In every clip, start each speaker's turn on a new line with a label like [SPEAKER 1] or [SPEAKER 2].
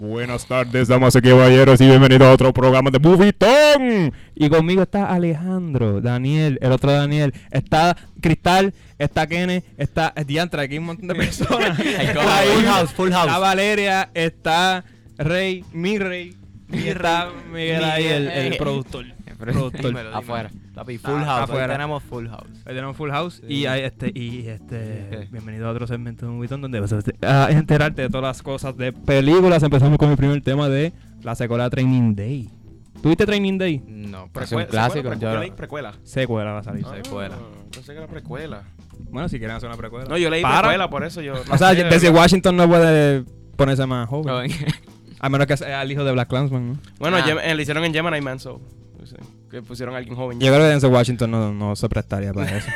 [SPEAKER 1] Buenas tardes, damas y caballeros, y bienvenidos a otro programa de Movie Tom. Y conmigo está Alejandro, Daniel, el otro Daniel, está Cristal, está Kene, está es Diantra, aquí hay un montón de personas. Está
[SPEAKER 2] Full
[SPEAKER 1] Irma,
[SPEAKER 2] house, full house.
[SPEAKER 1] Está Valeria, está Rey, mi Rey, y está Miguel ahí, el, el
[SPEAKER 2] Miguel.
[SPEAKER 1] productor.
[SPEAKER 2] Dímelo,
[SPEAKER 3] Afuera.
[SPEAKER 2] dímelo. Papi, full house. Hoy
[SPEAKER 1] afuera.
[SPEAKER 2] tenemos full house.
[SPEAKER 1] Hoy tenemos Full House y hay este y este
[SPEAKER 3] Sí.
[SPEAKER 1] bienvenido a otro segmento de un Vitón donde vas a a enterarte de todas las cosas de películas. Empezamos con el primer tema de la secuela Training Day. ¿Tuviste Training Day?
[SPEAKER 3] No, pero
[SPEAKER 4] Es
[SPEAKER 3] es un clásico.
[SPEAKER 4] Precuela, y
[SPEAKER 3] yo-
[SPEAKER 4] precuela.
[SPEAKER 1] Secuela va a salir.
[SPEAKER 3] Ah. Secuela.
[SPEAKER 4] pensé que era precuela.
[SPEAKER 1] Bueno, si quieren hacer una precuela.
[SPEAKER 4] No, yo leí
[SPEAKER 1] Para.
[SPEAKER 4] precuela, por eso yo.
[SPEAKER 1] O sea, desde Washington no puede ponerse más joven.
[SPEAKER 3] Joven.
[SPEAKER 1] A menos que sea el hijo de Black Clansman, ¿no?
[SPEAKER 4] Bueno,
[SPEAKER 3] Ah.
[SPEAKER 4] Gem- eh, le hicieron en Gemini Man, so. no sé, Que pusieron a alguien joven.
[SPEAKER 1] Yo creo que desde Washington no, no se prestaría para eso.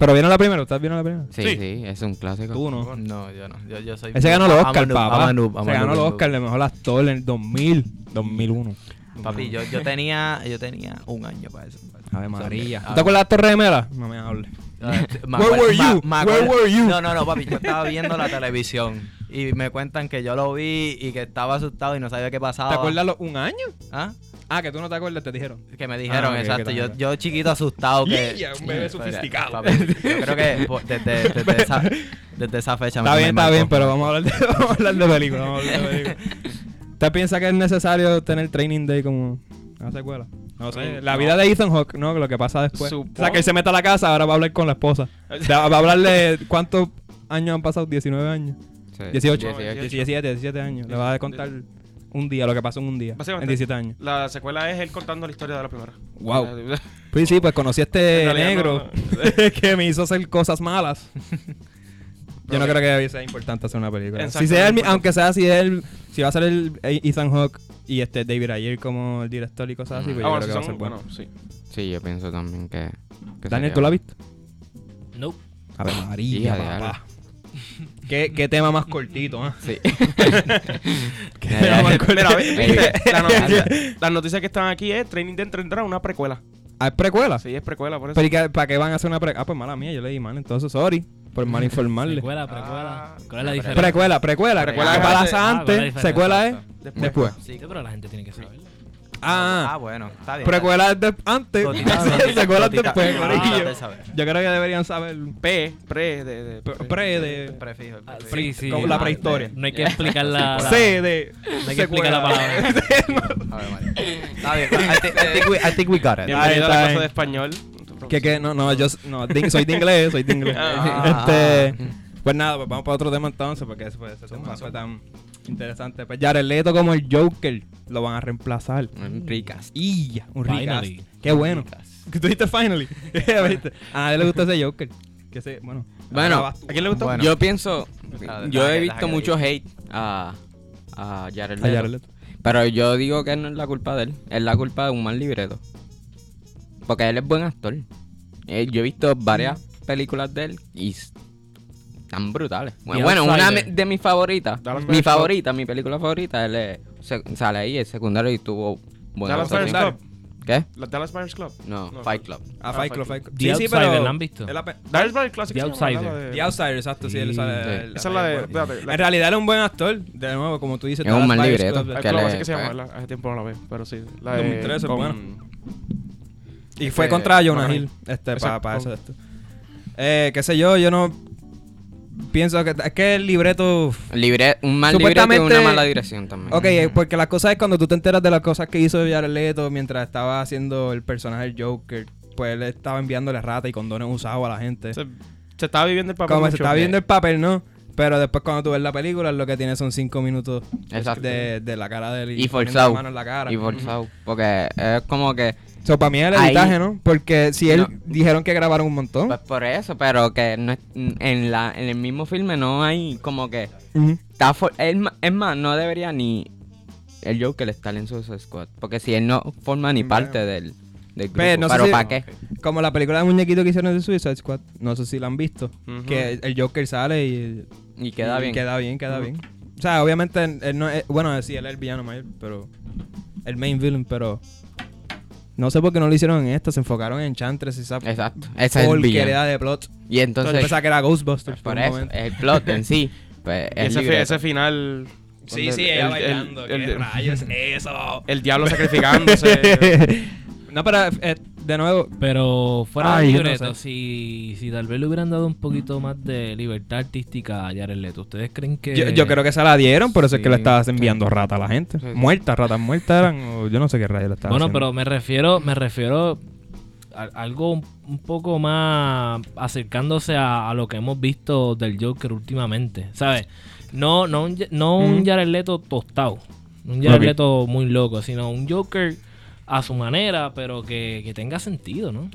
[SPEAKER 1] Pero vieron la primera, ¿ustedes vieron la primera?
[SPEAKER 3] Sí,
[SPEAKER 4] Sí.
[SPEAKER 3] sí, es un clásico.
[SPEAKER 1] Tú no.
[SPEAKER 3] No, yo no. Yo, yo soy.
[SPEAKER 1] Ese ganó el
[SPEAKER 3] I'm a
[SPEAKER 1] Oscar,
[SPEAKER 3] noob,
[SPEAKER 1] papá.
[SPEAKER 3] I'm a noob, I'm
[SPEAKER 1] Se
[SPEAKER 3] a
[SPEAKER 1] ganó el
[SPEAKER 3] noob, I'm a
[SPEAKER 1] Oscar
[SPEAKER 3] noob.
[SPEAKER 1] de mejor actor en el 2000, 2001.
[SPEAKER 2] Papi, yo, yo tenía yo tenía un año para eso.
[SPEAKER 1] Ave María.
[SPEAKER 3] a
[SPEAKER 1] ¿Tú te
[SPEAKER 3] ver.
[SPEAKER 1] acuerdas de las Torres Gemelas? No me hables.
[SPEAKER 2] Ah,
[SPEAKER 3] Me
[SPEAKER 1] Where
[SPEAKER 3] acuerdo-
[SPEAKER 1] were you?
[SPEAKER 3] me
[SPEAKER 1] Where
[SPEAKER 3] acuerdo-
[SPEAKER 1] were you?
[SPEAKER 2] No, no, no, papi. Yo estaba viendo la televisión. Y me cuentan que yo lo vi y que estaba asustado y no sabía qué pasaba.
[SPEAKER 1] ¿Te acuerdas los un año?
[SPEAKER 2] ¿Ah?
[SPEAKER 1] Ah, que tú no te acuerdas, te dijeron.
[SPEAKER 2] Que me dijeron,
[SPEAKER 1] Ah, ok, que
[SPEAKER 2] exacto.
[SPEAKER 1] te
[SPEAKER 2] Yo,
[SPEAKER 1] acuerdas.
[SPEAKER 2] yo chiquito asustado que.
[SPEAKER 1] Yeah, un bebé
[SPEAKER 2] Sí,
[SPEAKER 1] sofisticado.
[SPEAKER 2] papi, yo creo que po- desde, desde esa, desde esa fecha
[SPEAKER 1] Está
[SPEAKER 2] me-
[SPEAKER 1] bien,
[SPEAKER 2] me
[SPEAKER 1] está bien,
[SPEAKER 2] marcó.
[SPEAKER 1] pero vamos a hablar de, vamos a hablar de película. Vamos a hablar de película. ¿Usted piensa que es necesario tener Training Day como una secuela? No sé.
[SPEAKER 4] Mm,
[SPEAKER 1] La
[SPEAKER 4] no.
[SPEAKER 1] vida de Ethan Hawke, ¿no? Lo que pasa después. O sea,
[SPEAKER 4] Supongo.
[SPEAKER 1] que él se mete a la casa, ahora va a hablar con la esposa. Va va a hablarle cuántos años han pasado, 19 años.
[SPEAKER 3] Sí,
[SPEAKER 1] 18,
[SPEAKER 3] 18.
[SPEAKER 1] 17, 17 años. Le va a contar un día, lo que pasó en un día. En
[SPEAKER 4] Básicamente.
[SPEAKER 1] 17 años.
[SPEAKER 4] La secuela es él contando la historia de la primera.
[SPEAKER 1] Wow.
[SPEAKER 4] La-
[SPEAKER 1] Pues sí, pues conocí a este
[SPEAKER 4] En realidad
[SPEAKER 1] negro que me hizo hacer cosas malas. Yo no creo que sea importante hacer una película.
[SPEAKER 4] Exacto,
[SPEAKER 1] Si sea
[SPEAKER 4] no
[SPEAKER 1] el mi-
[SPEAKER 4] importa.
[SPEAKER 1] aunque sea si él, si va a ser el eh, Ethan Hawke y este David Ayer como el director y cosas así, pues
[SPEAKER 4] Ah,
[SPEAKER 1] yo creo
[SPEAKER 4] bueno, si
[SPEAKER 1] que va a ser
[SPEAKER 4] son,
[SPEAKER 1] bueno.
[SPEAKER 4] bueno, sí.
[SPEAKER 3] Sí, yo pienso también que. que
[SPEAKER 1] Daniel,
[SPEAKER 3] sería-
[SPEAKER 1] ¿tú la viste?
[SPEAKER 2] No.
[SPEAKER 1] A ver,
[SPEAKER 3] Hija
[SPEAKER 1] María,
[SPEAKER 3] de
[SPEAKER 1] papá. ¿Qué, qué tema más cortito, ¿ah?
[SPEAKER 3] Sí.
[SPEAKER 1] ¿Qué
[SPEAKER 3] Ya,
[SPEAKER 1] tema
[SPEAKER 3] ya.
[SPEAKER 1] más
[SPEAKER 4] Mira,
[SPEAKER 1] cortito?
[SPEAKER 4] ve- viste, la noticia-
[SPEAKER 3] Anda.
[SPEAKER 4] las noticias que están aquí es Training Day tendrá una precuela.
[SPEAKER 1] Ah, ¿Es precuela?
[SPEAKER 4] Sí, es precuela, por eso.
[SPEAKER 1] ¿Pero y qué- para qué van a hacer una precuela? Ah, pues mala mía, yo leí mal, entonces, sorry por mal informarle.
[SPEAKER 5] Precuela, precuela.
[SPEAKER 4] Ah,
[SPEAKER 5] ¿Cuál es la diferencia?
[SPEAKER 1] Precuela, precuela.
[SPEAKER 4] Precuela
[SPEAKER 1] Precuela
[SPEAKER 4] es
[SPEAKER 1] pasa
[SPEAKER 4] antes.
[SPEAKER 5] Ah, ¿cuál es
[SPEAKER 1] antes,
[SPEAKER 5] la diferencia?
[SPEAKER 1] secuela es
[SPEAKER 4] Después.
[SPEAKER 1] después.
[SPEAKER 2] Sí,
[SPEAKER 5] Sí, pero la gente tiene que saberlo.
[SPEAKER 1] Ah,
[SPEAKER 2] Ah, bueno, está bien.
[SPEAKER 1] Precuela es de antes,
[SPEAKER 2] Gotita, gotita,
[SPEAKER 1] secuela es
[SPEAKER 2] gotita.
[SPEAKER 1] después,
[SPEAKER 2] Ah,
[SPEAKER 1] corillo.
[SPEAKER 2] de saber.
[SPEAKER 1] Yo creo que deberían saber
[SPEAKER 4] P, pre, de. de-
[SPEAKER 1] P- pre de
[SPEAKER 2] Prefijo. el
[SPEAKER 5] Ah,
[SPEAKER 2] prefijo.
[SPEAKER 5] sí, sí.
[SPEAKER 1] como la prehistoria.
[SPEAKER 5] No hay que explicar la. la-
[SPEAKER 1] C de
[SPEAKER 5] No hay que explicar la palabra.
[SPEAKER 2] A ver, Mario. Está bien. I think, I think we, I think we got it.
[SPEAKER 1] Ahí
[SPEAKER 4] Bienvenido a
[SPEAKER 1] está,
[SPEAKER 4] la
[SPEAKER 1] eh.
[SPEAKER 4] clase de español.
[SPEAKER 1] Que que no, no, yo s- no, de- soy de inglés, soy de inglés.
[SPEAKER 2] Ah.
[SPEAKER 1] Este, pues nada, pues vamos para otro tema entonces, porque ese fue, ese tema fue tan interesante. Pues Jared Leto como el Joker lo van a reemplazar.
[SPEAKER 3] Ricas.
[SPEAKER 1] Y ya, un recast.
[SPEAKER 5] Finally.
[SPEAKER 1] Qué bueno. ¿Qué tú dijiste finally? ¿Viste? A nadie le gusta ese Joker. Que se, bueno,
[SPEAKER 3] Bueno,
[SPEAKER 1] ahora vas tú.
[SPEAKER 4] ¿A quién le gustó?
[SPEAKER 2] Bueno.
[SPEAKER 3] Yo pienso.
[SPEAKER 2] Dale,
[SPEAKER 3] Yo
[SPEAKER 2] dale,
[SPEAKER 3] he visto
[SPEAKER 2] dale.
[SPEAKER 3] mucho hate a. A Jared
[SPEAKER 1] a Jared
[SPEAKER 3] Leto.
[SPEAKER 1] Leto.
[SPEAKER 3] Pero yo digo que no es la culpa de él, es la culpa de un mal libreto. Porque él es buen actor. Eh, yo he visto varias
[SPEAKER 4] Mm.
[SPEAKER 3] películas de él y s- tan brutales. Bueno,
[SPEAKER 5] The
[SPEAKER 3] bueno, una
[SPEAKER 5] Outsider.
[SPEAKER 3] me- de mis favoritas,
[SPEAKER 4] Dallas
[SPEAKER 3] mi
[SPEAKER 4] Buyers Club.
[SPEAKER 3] favorita, mi película favorita, él es- se- sale ahí, el secundario y tuvo buenos
[SPEAKER 4] Dallas Buyers
[SPEAKER 3] actuaciones.
[SPEAKER 4] Club.
[SPEAKER 3] ¿Qué?
[SPEAKER 4] ¿La Dallas Buyers Club?
[SPEAKER 3] No,
[SPEAKER 4] No,
[SPEAKER 3] Fight Club.
[SPEAKER 1] A
[SPEAKER 4] Ah,
[SPEAKER 1] Fight
[SPEAKER 4] Fight
[SPEAKER 1] Club,
[SPEAKER 4] Club.
[SPEAKER 1] Fight Club.
[SPEAKER 5] The Outsider, ¿la han visto?
[SPEAKER 1] es la pe-
[SPEAKER 4] Dallas Buyers Club. ¿sí
[SPEAKER 5] The
[SPEAKER 4] que se llama?
[SPEAKER 5] Outsider.
[SPEAKER 4] La de-
[SPEAKER 1] The Outsider, exacto, sí, él sale-
[SPEAKER 4] Esa es la de. espérate, la-
[SPEAKER 1] En realidad era un buen actor, de nuevo, como tú dices.
[SPEAKER 3] Es un
[SPEAKER 1] Dallas
[SPEAKER 3] mal
[SPEAKER 1] Buyers
[SPEAKER 3] libreto.
[SPEAKER 1] Club,
[SPEAKER 4] El
[SPEAKER 3] Que
[SPEAKER 4] club,
[SPEAKER 3] le-
[SPEAKER 4] así que se llama,
[SPEAKER 3] pues-
[SPEAKER 4] ¿verdad? Hace tiempo no la veo, pero sí. La de,
[SPEAKER 1] 2013,
[SPEAKER 4] con-
[SPEAKER 1] bueno. Y fue contra Jonah Hill, este, para
[SPEAKER 4] Exacto.
[SPEAKER 1] eso de esto. Eh, qué sé yo, yo no pienso que... Es que el libreto...
[SPEAKER 3] Libre, un mal libreto y una
[SPEAKER 1] Supuestamente-
[SPEAKER 3] mala dirección también.
[SPEAKER 1] Ok, eh, porque la cosa es cuando tú te enteras de las cosas que hizo Jared Leto mientras estaba haciendo el personaje del Joker, pues él estaba enviándole rata y condones usados a la gente.
[SPEAKER 4] Se, se estaba viviendo el papel.
[SPEAKER 1] Como se
[SPEAKER 4] mucho.
[SPEAKER 1] está viendo el papel, ¿no? Pero después cuando tú ves la película, lo que tiene son cinco minutos
[SPEAKER 3] Exacto.
[SPEAKER 1] de, de la cara de él
[SPEAKER 3] y
[SPEAKER 1] poniendo la
[SPEAKER 3] forzado.
[SPEAKER 1] mano en la cara.
[SPEAKER 3] Y forzado. Porque es como que.
[SPEAKER 1] So, para mí es el
[SPEAKER 3] Ahí-
[SPEAKER 1] editaje, ¿no? Porque si él
[SPEAKER 3] No.
[SPEAKER 1] dijeron que grabaron un montón.
[SPEAKER 3] Pues por eso, pero que no es- en, la, en el mismo filme no hay como que...
[SPEAKER 1] Ujú.
[SPEAKER 3] Está for- es, ma- es más, no debería ni el Joker estar en Suicide Squad. Porque si él no forma ni parte del, del grupo.
[SPEAKER 1] Pero
[SPEAKER 3] Pero,
[SPEAKER 1] Pues, no sé si-
[SPEAKER 3] ¿para qué?
[SPEAKER 1] Como la película de muñequito que hicieron de Suicide Squad. No sé si la han visto.
[SPEAKER 4] Ujú.
[SPEAKER 1] Que el Joker sale y...
[SPEAKER 3] Y queda
[SPEAKER 1] y
[SPEAKER 3] bien.
[SPEAKER 1] Queda bien, queda bien. O sea, obviamente él no es... Bueno, sí, él es el villano mayor, pero... El main villain, pero... No sé por qué no lo hicieron en esta. Se enfocaron en Chantress y esa...
[SPEAKER 3] Exacto. Ese es el villano.
[SPEAKER 1] porquería de plot. Entonces, pues,
[SPEAKER 3] Y
[SPEAKER 1] yo
[SPEAKER 3] entonces...
[SPEAKER 1] pensaba que era Ghostbusters.
[SPEAKER 3] por
[SPEAKER 1] un
[SPEAKER 3] eso,
[SPEAKER 1] momento.
[SPEAKER 3] el plot en sí. pues,
[SPEAKER 4] Y
[SPEAKER 3] es
[SPEAKER 4] ese, fi-
[SPEAKER 3] libreto.
[SPEAKER 4] ese final. Cuando
[SPEAKER 6] Sí, sí,
[SPEAKER 4] el-
[SPEAKER 6] ella
[SPEAKER 4] el-
[SPEAKER 6] bailando.
[SPEAKER 4] el-
[SPEAKER 6] ¿Qué
[SPEAKER 4] el-
[SPEAKER 6] rayos es eso?
[SPEAKER 4] El diablo sacrificándose.
[SPEAKER 1] no, pero eh, de nuevo,
[SPEAKER 5] Pero fuera
[SPEAKER 1] Ay,
[SPEAKER 5] del
[SPEAKER 1] yo no
[SPEAKER 5] libreto,
[SPEAKER 1] sé.
[SPEAKER 5] si, si tal vez le hubieran dado un poquito más de libertad artística a Jared Leto, ¿ustedes creen que...?
[SPEAKER 1] yo, yo creo que se la dieron, por eso es que le
[SPEAKER 3] sí,
[SPEAKER 1] estabas enviando rata a la gente.
[SPEAKER 4] Sí.
[SPEAKER 1] Muertas, ratas muertas eran, o yo no sé qué rayos le estaban
[SPEAKER 5] Bueno,
[SPEAKER 1] haciendo.
[SPEAKER 5] pero me refiero, me refiero a algo un, un poco más acercándose a, a lo que hemos visto del Joker últimamente, ¿sabes? No, no, un, Ja- no un
[SPEAKER 1] Mm.
[SPEAKER 5] Jared Leto tostado, un Jared
[SPEAKER 1] Ok.
[SPEAKER 5] Leto muy loco, sino un Joker a su manera, pero que, que tenga sentido, ¿no?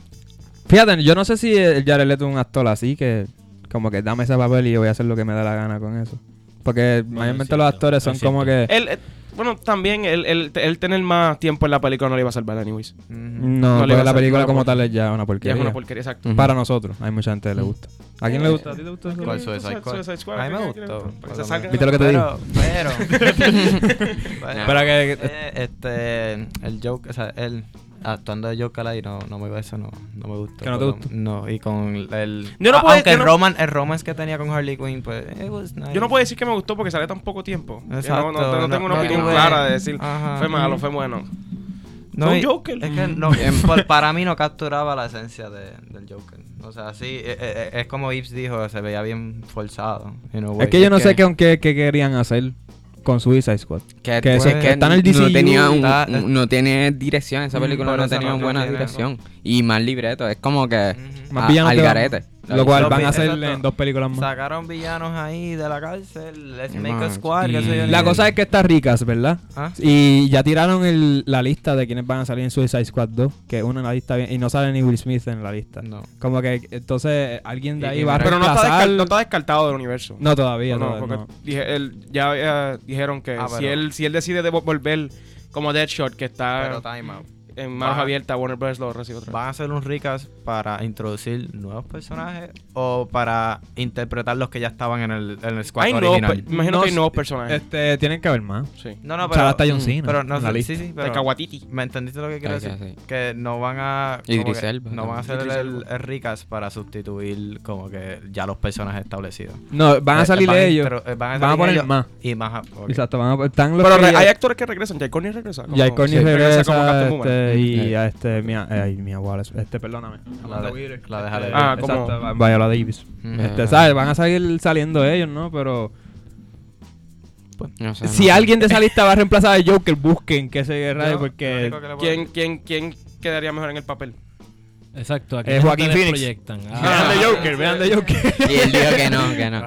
[SPEAKER 1] Fíjate, yo no sé si el Jared Leto es un actor así que como que dame ese papel y yo voy a hacer lo que me da la gana con eso. Porque mayormente los
[SPEAKER 5] cierto,
[SPEAKER 1] actores son
[SPEAKER 5] es
[SPEAKER 1] como que
[SPEAKER 4] él, eh, bueno, también él, él- él tener más tiempo en la película no le iba a salvar, anyways.
[SPEAKER 1] no,
[SPEAKER 4] no le
[SPEAKER 1] porque
[SPEAKER 4] vas a
[SPEAKER 1] la
[SPEAKER 4] hacer
[SPEAKER 1] película
[SPEAKER 4] nada
[SPEAKER 1] como
[SPEAKER 4] por-
[SPEAKER 1] tal es ya una
[SPEAKER 4] Ya
[SPEAKER 1] porquería.
[SPEAKER 4] es una porquería, exacto.
[SPEAKER 3] Ujú.
[SPEAKER 1] Para nosotros, hay mucha gente que le gusta. ¿A quién le gusta?
[SPEAKER 4] ti te gustó?
[SPEAKER 2] ¿Cuál, Suicide Squad? A mí me gustó,
[SPEAKER 1] Pues
[SPEAKER 2] por lo menos.
[SPEAKER 1] ¿Viste lo que te digo?
[SPEAKER 2] Pero, pero. bueno,
[SPEAKER 1] Pero que-
[SPEAKER 2] eh, este. El joke, o sea, él actuando de Joker ahí no, no me eso, no, no me gustó.
[SPEAKER 1] ¿Que no te
[SPEAKER 2] Pero-
[SPEAKER 1] gustó?
[SPEAKER 2] No, y con el.
[SPEAKER 4] Yo no
[SPEAKER 2] a-
[SPEAKER 4] puedo-
[SPEAKER 2] aunque
[SPEAKER 4] yo
[SPEAKER 2] el,
[SPEAKER 4] no-
[SPEAKER 2] roman, el romance que tenía con Harley Quinn, pues. it was nice.
[SPEAKER 4] Yo no puedo decir que me gustó porque sale tan poco tiempo. Que
[SPEAKER 2] Exacto,
[SPEAKER 4] No, no- no
[SPEAKER 2] no-
[SPEAKER 4] tengo una
[SPEAKER 2] no
[SPEAKER 4] opinión
[SPEAKER 2] tuve-
[SPEAKER 4] clara de decir
[SPEAKER 2] Ajá.
[SPEAKER 4] fue malo, fue bueno.
[SPEAKER 2] No,
[SPEAKER 4] Fue un
[SPEAKER 2] y-
[SPEAKER 4] Joker.
[SPEAKER 2] Es que no, en- por- para mí no capturaba la esencia de- del Joker. O sea, sí, eh, eh, es como Ives dijo, se veía bien forzado. in a way.
[SPEAKER 1] Es que yo no sé qué, aunque, qué querían hacer con Suicide Squad.
[SPEAKER 3] Que,
[SPEAKER 1] Que se-
[SPEAKER 3] pues,
[SPEAKER 1] que está en el
[SPEAKER 3] No,
[SPEAKER 1] DCU,
[SPEAKER 3] tenía un-
[SPEAKER 2] está-
[SPEAKER 3] un- no tiene dirección, esa
[SPEAKER 4] Mm,
[SPEAKER 3] película
[SPEAKER 4] por
[SPEAKER 3] no
[SPEAKER 4] eso
[SPEAKER 3] tenía
[SPEAKER 4] no
[SPEAKER 3] buena
[SPEAKER 4] tiene,
[SPEAKER 3] dirección. Y más libreto, es como que
[SPEAKER 2] Ujú.
[SPEAKER 1] Más
[SPEAKER 3] a-
[SPEAKER 1] villanos
[SPEAKER 3] al
[SPEAKER 1] que van-
[SPEAKER 3] garete.
[SPEAKER 1] Lo cual
[SPEAKER 2] Lo
[SPEAKER 1] van
[SPEAKER 2] vi-
[SPEAKER 1] a hacer
[SPEAKER 2] exacto.
[SPEAKER 1] en dos películas más.
[SPEAKER 2] Sacaron villanos ahí de la cárcel, let's
[SPEAKER 3] Y
[SPEAKER 2] make a
[SPEAKER 3] más.
[SPEAKER 2] squad, qué sé yo.
[SPEAKER 1] La cosa es que está ricas, ¿verdad?
[SPEAKER 2] Ah.
[SPEAKER 1] Y ya tiraron el- la lista de quienes van a salir en Suicide Squad 2, que es una lista bien, y no sale ni Will Smith en la lista.
[SPEAKER 2] No.
[SPEAKER 1] Como que entonces alguien de
[SPEAKER 2] Y-
[SPEAKER 1] ahí
[SPEAKER 2] y
[SPEAKER 1] va a
[SPEAKER 2] mira-
[SPEAKER 4] Mm. Pero no está,
[SPEAKER 1] reemplazar.
[SPEAKER 4] descar- no está descartado del universo.
[SPEAKER 1] No, todavía,
[SPEAKER 4] No,
[SPEAKER 1] todavía
[SPEAKER 4] porque
[SPEAKER 1] no.
[SPEAKER 4] dije- él- ya eh, dijeron que
[SPEAKER 2] Ah,
[SPEAKER 4] si,
[SPEAKER 2] pero-
[SPEAKER 4] él, si él decide de vo- volver como Deadshot, que
[SPEAKER 2] Pero
[SPEAKER 4] está
[SPEAKER 2] time out.
[SPEAKER 4] en manos
[SPEAKER 2] Va.
[SPEAKER 4] abiertas, Warner Bros. lo recibe otra vez.
[SPEAKER 2] ¿Van a hacer un ricas para introducir nuevos personajes o para interpretar los que ya estaban en el, en el squad
[SPEAKER 4] Hay nuevos,
[SPEAKER 2] original?
[SPEAKER 4] pe- imagino
[SPEAKER 1] No,
[SPEAKER 4] que hay nuevos
[SPEAKER 1] sí,
[SPEAKER 4] personajes.
[SPEAKER 1] Este, tienen que haber más.
[SPEAKER 4] sí.
[SPEAKER 2] No, no,
[SPEAKER 1] o sea,
[SPEAKER 2] pero... mm,
[SPEAKER 1] hasta John Cena
[SPEAKER 2] pero no
[SPEAKER 1] en la
[SPEAKER 2] sé,
[SPEAKER 1] lista.
[SPEAKER 2] sí, sí,
[SPEAKER 4] de
[SPEAKER 2] pero...
[SPEAKER 4] Kawatiti.
[SPEAKER 2] ¿Me entendiste lo que quiero
[SPEAKER 3] Sí,
[SPEAKER 2] decir?
[SPEAKER 3] sí.
[SPEAKER 2] Que no van a... como
[SPEAKER 3] Idris
[SPEAKER 2] que
[SPEAKER 3] Elba
[SPEAKER 2] No van a hacer
[SPEAKER 4] también.
[SPEAKER 2] el,
[SPEAKER 4] Idris
[SPEAKER 2] el ricas para sustituir como que ya los personajes establecidos.
[SPEAKER 1] No, van a
[SPEAKER 2] Eh,
[SPEAKER 1] salir
[SPEAKER 2] van
[SPEAKER 1] ellos.
[SPEAKER 2] intro- eh, van a
[SPEAKER 1] Van a
[SPEAKER 2] salir
[SPEAKER 1] poner
[SPEAKER 2] ellos
[SPEAKER 1] más.
[SPEAKER 2] Y más... a- ok.
[SPEAKER 1] Exacto, van a, están los
[SPEAKER 4] Pero
[SPEAKER 1] que
[SPEAKER 4] re-
[SPEAKER 1] ya-
[SPEAKER 4] hay actores que regresan. Jay Courtney regresa. como-
[SPEAKER 1] ya el Corny
[SPEAKER 4] sí,
[SPEAKER 1] regresa,
[SPEAKER 4] como Captain Boomerang.
[SPEAKER 1] este, y
[SPEAKER 3] Sí.
[SPEAKER 4] Eh.
[SPEAKER 1] a este, mía, ay, mía Wallace, este, perdóname.
[SPEAKER 2] La de- la de
[SPEAKER 1] Este,
[SPEAKER 2] Halle
[SPEAKER 4] Ah,
[SPEAKER 2] Berry.
[SPEAKER 4] como-
[SPEAKER 1] exacto, Vi- Viola Davis.
[SPEAKER 2] Mm.
[SPEAKER 3] Ujú.
[SPEAKER 1] Este, ¿sabes? Van a seguir saliendo ellos, ¿no? Pero
[SPEAKER 3] No sé,
[SPEAKER 1] si
[SPEAKER 3] Ah, no sé.
[SPEAKER 1] alguien de esa lista va a reemplazar a Joker, busquen que se rayo
[SPEAKER 4] Yo,
[SPEAKER 1] porque
[SPEAKER 2] Lo único que le puedo
[SPEAKER 4] ¿Quién, quién, ¿Quién quedaría mejor en el papel?
[SPEAKER 5] Exacto, aquí
[SPEAKER 1] Eh, Joaquín Phoenix.
[SPEAKER 5] proyectan.
[SPEAKER 1] vean
[SPEAKER 5] Ah,
[SPEAKER 1] de Joker, vean de Joker.
[SPEAKER 3] Y él dijo que no, que no.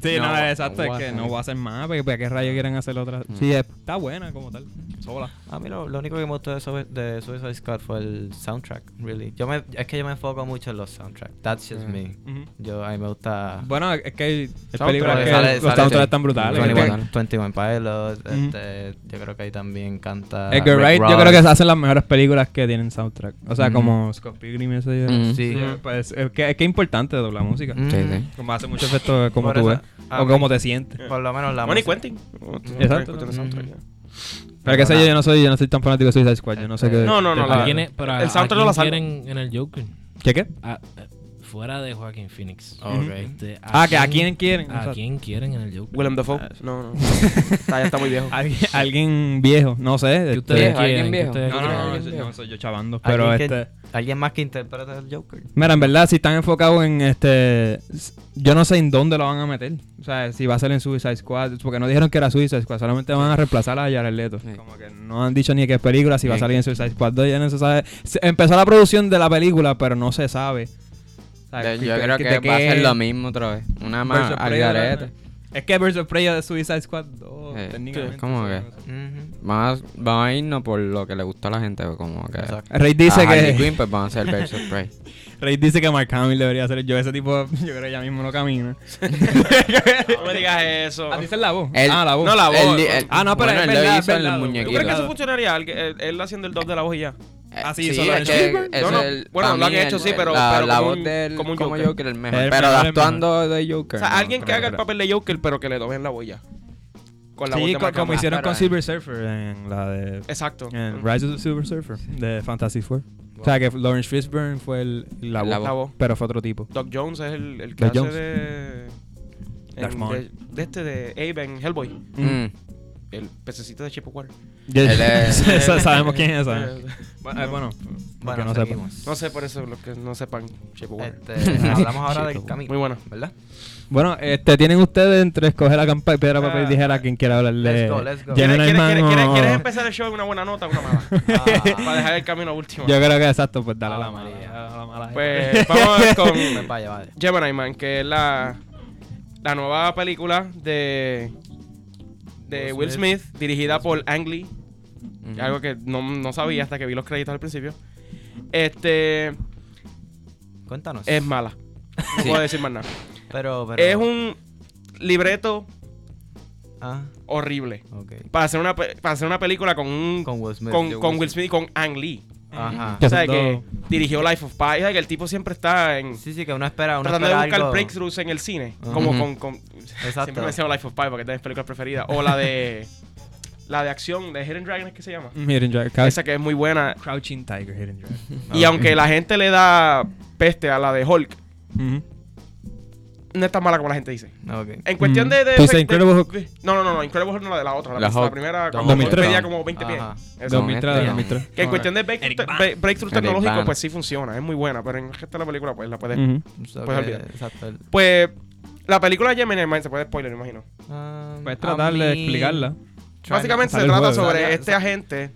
[SPEAKER 1] Sí, no,
[SPEAKER 3] No,
[SPEAKER 1] exacto,
[SPEAKER 3] no
[SPEAKER 1] es
[SPEAKER 3] voy a
[SPEAKER 1] que
[SPEAKER 3] hacer.
[SPEAKER 1] no voy a hacer más, porque ¿para qué rayos quieren hacer otra? Sí, es- está buena como tal, sola.
[SPEAKER 2] A mí lo, lo único que me gustó de, Sui- de Suicide Squad fue el soundtrack, really. Yo me, es que yo me enfoco mucho en los soundtracks. That's just me. Yo, a mí me gusta...
[SPEAKER 1] Bueno, es que hay hay
[SPEAKER 4] Soundtrack.
[SPEAKER 1] películas que
[SPEAKER 2] Ah. Sale-
[SPEAKER 1] los
[SPEAKER 2] sale-
[SPEAKER 1] soundtracks
[SPEAKER 2] sí.
[SPEAKER 1] están brutales.
[SPEAKER 3] Sale-
[SPEAKER 1] Es que-
[SPEAKER 2] 21, 21 Pilots,
[SPEAKER 1] Ujú.
[SPEAKER 2] este, yo creo que ahí también canta...
[SPEAKER 1] Edgar
[SPEAKER 2] Rick
[SPEAKER 1] Wright, yo
[SPEAKER 2] Ross.
[SPEAKER 1] creo que hacen las mejores películas que tienen soundtrack. O sea,
[SPEAKER 2] Ujú.
[SPEAKER 1] como Scott Pilgrim, eso ya.
[SPEAKER 3] Ujú.
[SPEAKER 2] Sí.
[SPEAKER 1] Pues, es, que, es que es importante la música.
[SPEAKER 2] Mm.
[SPEAKER 3] Sí, sí.
[SPEAKER 1] Como hace mucho efecto de cómo
[SPEAKER 2] Por
[SPEAKER 1] tú
[SPEAKER 2] eso, Ah,
[SPEAKER 1] ves.
[SPEAKER 2] a
[SPEAKER 1] O
[SPEAKER 2] mí- eh,
[SPEAKER 1] cómo te sientes.
[SPEAKER 2] Por lo menos la
[SPEAKER 4] Bueno, y
[SPEAKER 2] música.
[SPEAKER 4] Quentin. Mm,
[SPEAKER 1] Exacto. Mm.
[SPEAKER 4] Escuchando soundtrack, ya.
[SPEAKER 1] Pero que sé yo,
[SPEAKER 2] nada.
[SPEAKER 1] yo no soy, yo no soy tan fanático de Suicide Squad. Yo no sé qué.
[SPEAKER 4] No, no, no,
[SPEAKER 1] qué-
[SPEAKER 5] ¿A
[SPEAKER 4] la-
[SPEAKER 5] quién es- pero a-
[SPEAKER 4] El soundtrack
[SPEAKER 5] a
[SPEAKER 4] no la
[SPEAKER 5] quién
[SPEAKER 4] salva.
[SPEAKER 5] quieren en el Joker?
[SPEAKER 1] ¿Qué qué?
[SPEAKER 5] A- eh, fuera de Joaquín Phoenix.
[SPEAKER 2] Ok.
[SPEAKER 5] Este,
[SPEAKER 1] Ah, que a quién quieren.
[SPEAKER 5] ¿A
[SPEAKER 1] Exacto.
[SPEAKER 5] quién quieren en el Joker?
[SPEAKER 4] Willem Dafoe.
[SPEAKER 1] Ah,
[SPEAKER 4] No, no. está, ya está muy viejo.
[SPEAKER 1] Alguien, alguien viejo, no sé.
[SPEAKER 5] ¿Qué
[SPEAKER 1] este-
[SPEAKER 5] ustedes
[SPEAKER 3] Viejo, alguien
[SPEAKER 5] quieren? ¿Qué
[SPEAKER 3] viejo.
[SPEAKER 5] ustedes
[SPEAKER 1] No, no,
[SPEAKER 5] quieren?
[SPEAKER 1] no, no,
[SPEAKER 3] Alguien
[SPEAKER 1] soy-
[SPEAKER 3] viejo.
[SPEAKER 1] no soy yo chavando. Pero
[SPEAKER 2] ¿Alguien, que-
[SPEAKER 1] este.
[SPEAKER 2] alguien más que interpreta al Joker.
[SPEAKER 1] Mira, en verdad, si están enfocados en este. s- Yo no sé en dónde lo van a meter. O sea, si va a ser en Suicide Squad. Porque no dijeron que era Suicide Squad, solamente van a reemplazar a Jared Leto.
[SPEAKER 3] Sí.
[SPEAKER 1] Como que no han dicho ni qué película, si va a
[SPEAKER 3] Sí.
[SPEAKER 1] salir en Suicide Squad 2. Ya no se sabe. Se- empezó la producción de la película, pero no se sabe. O sea,
[SPEAKER 3] Yo-
[SPEAKER 1] que-
[SPEAKER 3] Yo creo
[SPEAKER 1] que-
[SPEAKER 3] que
[SPEAKER 1] de
[SPEAKER 3] va a ser
[SPEAKER 1] qué-
[SPEAKER 3] lo mismo otra vez. Una más
[SPEAKER 1] Versus
[SPEAKER 3] al
[SPEAKER 1] Prey era-
[SPEAKER 3] garete.
[SPEAKER 1] Es que Versus Prey es de Suicide Squad 2,
[SPEAKER 3] Sí.
[SPEAKER 1] técnicamente.
[SPEAKER 3] Sí, como que-
[SPEAKER 2] Ujú.
[SPEAKER 3] Vamos a, vamos a irnos por lo que le gusta a la gente, como que...
[SPEAKER 2] Exacto.
[SPEAKER 1] Rey dice
[SPEAKER 3] a Harley
[SPEAKER 1] que.
[SPEAKER 3] Quinn, pues van a hacer versus Prey.
[SPEAKER 1] Rey dice que Mark Hamill debería ser. Yo, ese tipo, yo creo que ya mismo no camina.
[SPEAKER 4] No me digas eso.
[SPEAKER 1] Ah, dice la voz.
[SPEAKER 3] El-
[SPEAKER 1] ah, la voz.
[SPEAKER 4] No, la voz.
[SPEAKER 3] Él di- él-
[SPEAKER 1] Ah, no, pero
[SPEAKER 3] bueno,
[SPEAKER 1] es
[SPEAKER 3] él
[SPEAKER 1] verdad,
[SPEAKER 3] lo
[SPEAKER 1] es
[SPEAKER 3] hizo en
[SPEAKER 1] verdad,
[SPEAKER 3] los
[SPEAKER 1] güey.
[SPEAKER 4] ¿Tú
[SPEAKER 3] muñequitos.
[SPEAKER 4] crees que eso funcionaría? Él, él- él haciendo el dub de la voz y ya.
[SPEAKER 3] Eh,
[SPEAKER 1] Ah, sí,
[SPEAKER 3] sí,
[SPEAKER 1] hizo
[SPEAKER 3] es
[SPEAKER 1] en
[SPEAKER 3] que
[SPEAKER 1] Spielberg.
[SPEAKER 3] ese
[SPEAKER 4] No, no,
[SPEAKER 3] es el-
[SPEAKER 4] bueno,
[SPEAKER 3] para
[SPEAKER 4] lo han
[SPEAKER 3] mí
[SPEAKER 4] hecho,
[SPEAKER 3] el-
[SPEAKER 4] sí, pero-
[SPEAKER 3] La,
[SPEAKER 4] pero
[SPEAKER 3] la
[SPEAKER 4] como
[SPEAKER 3] voz
[SPEAKER 4] un-
[SPEAKER 3] del,
[SPEAKER 4] como
[SPEAKER 3] como,
[SPEAKER 4] un Joker.
[SPEAKER 3] Joker. el mejor.
[SPEAKER 1] El
[SPEAKER 3] pero
[SPEAKER 1] mejor, el
[SPEAKER 3] actuando de Joker.
[SPEAKER 4] O sea,
[SPEAKER 3] no,
[SPEAKER 4] alguien
[SPEAKER 3] no
[SPEAKER 4] que haga el
[SPEAKER 3] creo.
[SPEAKER 4] papel de Joker, pero que le doblen la voz ya. Con la voz
[SPEAKER 1] Sí,
[SPEAKER 4] de
[SPEAKER 1] co-
[SPEAKER 4] Mark
[SPEAKER 1] como
[SPEAKER 4] Hamill.
[SPEAKER 1] hicieron
[SPEAKER 3] Para
[SPEAKER 1] con
[SPEAKER 3] ahí.
[SPEAKER 1] Silver Surfer en la de.
[SPEAKER 4] Exacto.
[SPEAKER 1] En
[SPEAKER 4] Mm.
[SPEAKER 1] Rise of the Silver Surfer de Fantasy Four. O sea que Lawrence Fishburne fue el, la,
[SPEAKER 3] La
[SPEAKER 1] voz,
[SPEAKER 4] La voz.
[SPEAKER 1] pero fue otro tipo.
[SPEAKER 4] Doc Jones es el, el que
[SPEAKER 1] Doc
[SPEAKER 4] hace
[SPEAKER 1] Jones.
[SPEAKER 4] de...
[SPEAKER 1] Darth
[SPEAKER 4] en-
[SPEAKER 1] Maul.
[SPEAKER 4] de... de este, de Abe en Hellboy.
[SPEAKER 3] Mm.
[SPEAKER 4] el pececito de Chipocuar.
[SPEAKER 1] Ya-
[SPEAKER 3] Él es-
[SPEAKER 1] ya sabemos quién es esa.
[SPEAKER 4] Eh,
[SPEAKER 1] Bueno, eh, bueno,
[SPEAKER 2] Bueno,
[SPEAKER 1] no
[SPEAKER 2] no
[SPEAKER 1] sepa.
[SPEAKER 2] seguimos.
[SPEAKER 4] No sé por eso, los que no sepan Chipocuar.
[SPEAKER 1] Eh,
[SPEAKER 2] Este, hablamos ahora
[SPEAKER 3] Chico.
[SPEAKER 2] del camino.
[SPEAKER 4] Muy buena.
[SPEAKER 2] ¿Verdad?
[SPEAKER 1] bueno, este, tienen ustedes entre escoger la campa piedra, papel
[SPEAKER 4] Ah.
[SPEAKER 1] y tijera quién quiere hablarle.
[SPEAKER 2] Let's go, let's go.
[SPEAKER 1] Jenna
[SPEAKER 4] ¿Quieres, quieres-
[SPEAKER 1] Norman
[SPEAKER 4] quieres- quieres-
[SPEAKER 1] o-
[SPEAKER 4] quieres empezar el show en una buena nota o una mala? Ah, Para dejar el camino último.
[SPEAKER 1] Yo creo que exacto, pues dale
[SPEAKER 2] Ah,
[SPEAKER 1] la
[SPEAKER 2] María.
[SPEAKER 1] mala. la mala.
[SPEAKER 4] Pues vamos con
[SPEAKER 2] Pues vaya, vaya.
[SPEAKER 4] Gemini Man, que es la, la nueva película de, de
[SPEAKER 2] Will
[SPEAKER 4] Will
[SPEAKER 2] Smith.
[SPEAKER 4] Smith, dirigida por Ang Lee.
[SPEAKER 3] Ujú.
[SPEAKER 4] Algo que no, no sabía hasta que vi los créditos al principio. Este
[SPEAKER 2] Cuéntanos.
[SPEAKER 4] es mala. No
[SPEAKER 3] Sí.
[SPEAKER 4] puedo decir más nada.
[SPEAKER 2] pero, pero.
[SPEAKER 4] Es un libreto
[SPEAKER 2] Ah,
[SPEAKER 4] horrible.
[SPEAKER 2] ok.
[SPEAKER 4] Para hacer una, pe- para hacer una película con, un, con,
[SPEAKER 2] Con Will Smith.
[SPEAKER 4] con, Will Smith y con Ang Lee.
[SPEAKER 2] Ajá.
[SPEAKER 1] Que
[SPEAKER 4] O sea,
[SPEAKER 1] son
[SPEAKER 4] que
[SPEAKER 1] dos.
[SPEAKER 4] dirigió Life of Pi. O sea, que el tipo siempre está en,
[SPEAKER 2] Sí, sí, que uno espera, uno
[SPEAKER 4] tratando de
[SPEAKER 2] espera
[SPEAKER 4] buscar
[SPEAKER 2] algo.
[SPEAKER 4] breakthroughs en el cine.
[SPEAKER 2] Ajá.
[SPEAKER 4] Como
[SPEAKER 3] Ujú.
[SPEAKER 4] con, con- Siempre
[SPEAKER 2] Exacto.
[SPEAKER 4] menciono Life of Pi porque es de mis películas preferidas. O la de. la de acción de Hidden Dragon, ¿es que se llama?
[SPEAKER 1] Mm, Hidden Dragon. Crouch-
[SPEAKER 4] Esa que es muy buena.
[SPEAKER 1] Crouching Tiger, Hidden Dragon.
[SPEAKER 4] Y aunque la gente le da peste a la de Hulk, no es tan mala como la gente dice.
[SPEAKER 2] Ok.
[SPEAKER 4] En cuestión de. de-
[SPEAKER 1] Tú dices
[SPEAKER 4] de-
[SPEAKER 1] Incredible Hulk.
[SPEAKER 4] de- No, no, no, no, Incredible Hulk no la de la otra. La,
[SPEAKER 3] La
[SPEAKER 4] pers- la
[SPEAKER 3] Hulk.
[SPEAKER 4] primera.
[SPEAKER 2] The
[SPEAKER 4] cuando
[SPEAKER 1] Hulk.
[SPEAKER 4] Hulk medía
[SPEAKER 1] 2003.
[SPEAKER 4] como 20 pies.
[SPEAKER 2] Ajá.
[SPEAKER 4] Eso.
[SPEAKER 1] 2003,
[SPEAKER 3] Con
[SPEAKER 1] 2003.
[SPEAKER 4] Que en cuestión de breakthrough,
[SPEAKER 1] Eric Bana.
[SPEAKER 4] te- breakthrough
[SPEAKER 3] Eric
[SPEAKER 4] tecnológico,
[SPEAKER 3] Bana.
[SPEAKER 4] pues sí funciona, es muy buena, pero en el resto de la película, pues la puedes.
[SPEAKER 1] Ujú.
[SPEAKER 2] So
[SPEAKER 4] Pues
[SPEAKER 2] que-
[SPEAKER 4] olvida.
[SPEAKER 2] Exacto. el-
[SPEAKER 4] Pues la película de Gemini Man se puede spoiler, me imagino.
[SPEAKER 2] Ah,
[SPEAKER 1] Puedes Pues tratar de
[SPEAKER 2] a mí-
[SPEAKER 1] explicarla.
[SPEAKER 2] Try
[SPEAKER 4] Básicamente
[SPEAKER 1] Sale
[SPEAKER 4] se
[SPEAKER 1] el
[SPEAKER 4] trata
[SPEAKER 1] jueves.
[SPEAKER 4] sobre
[SPEAKER 2] Sale-
[SPEAKER 4] este agente,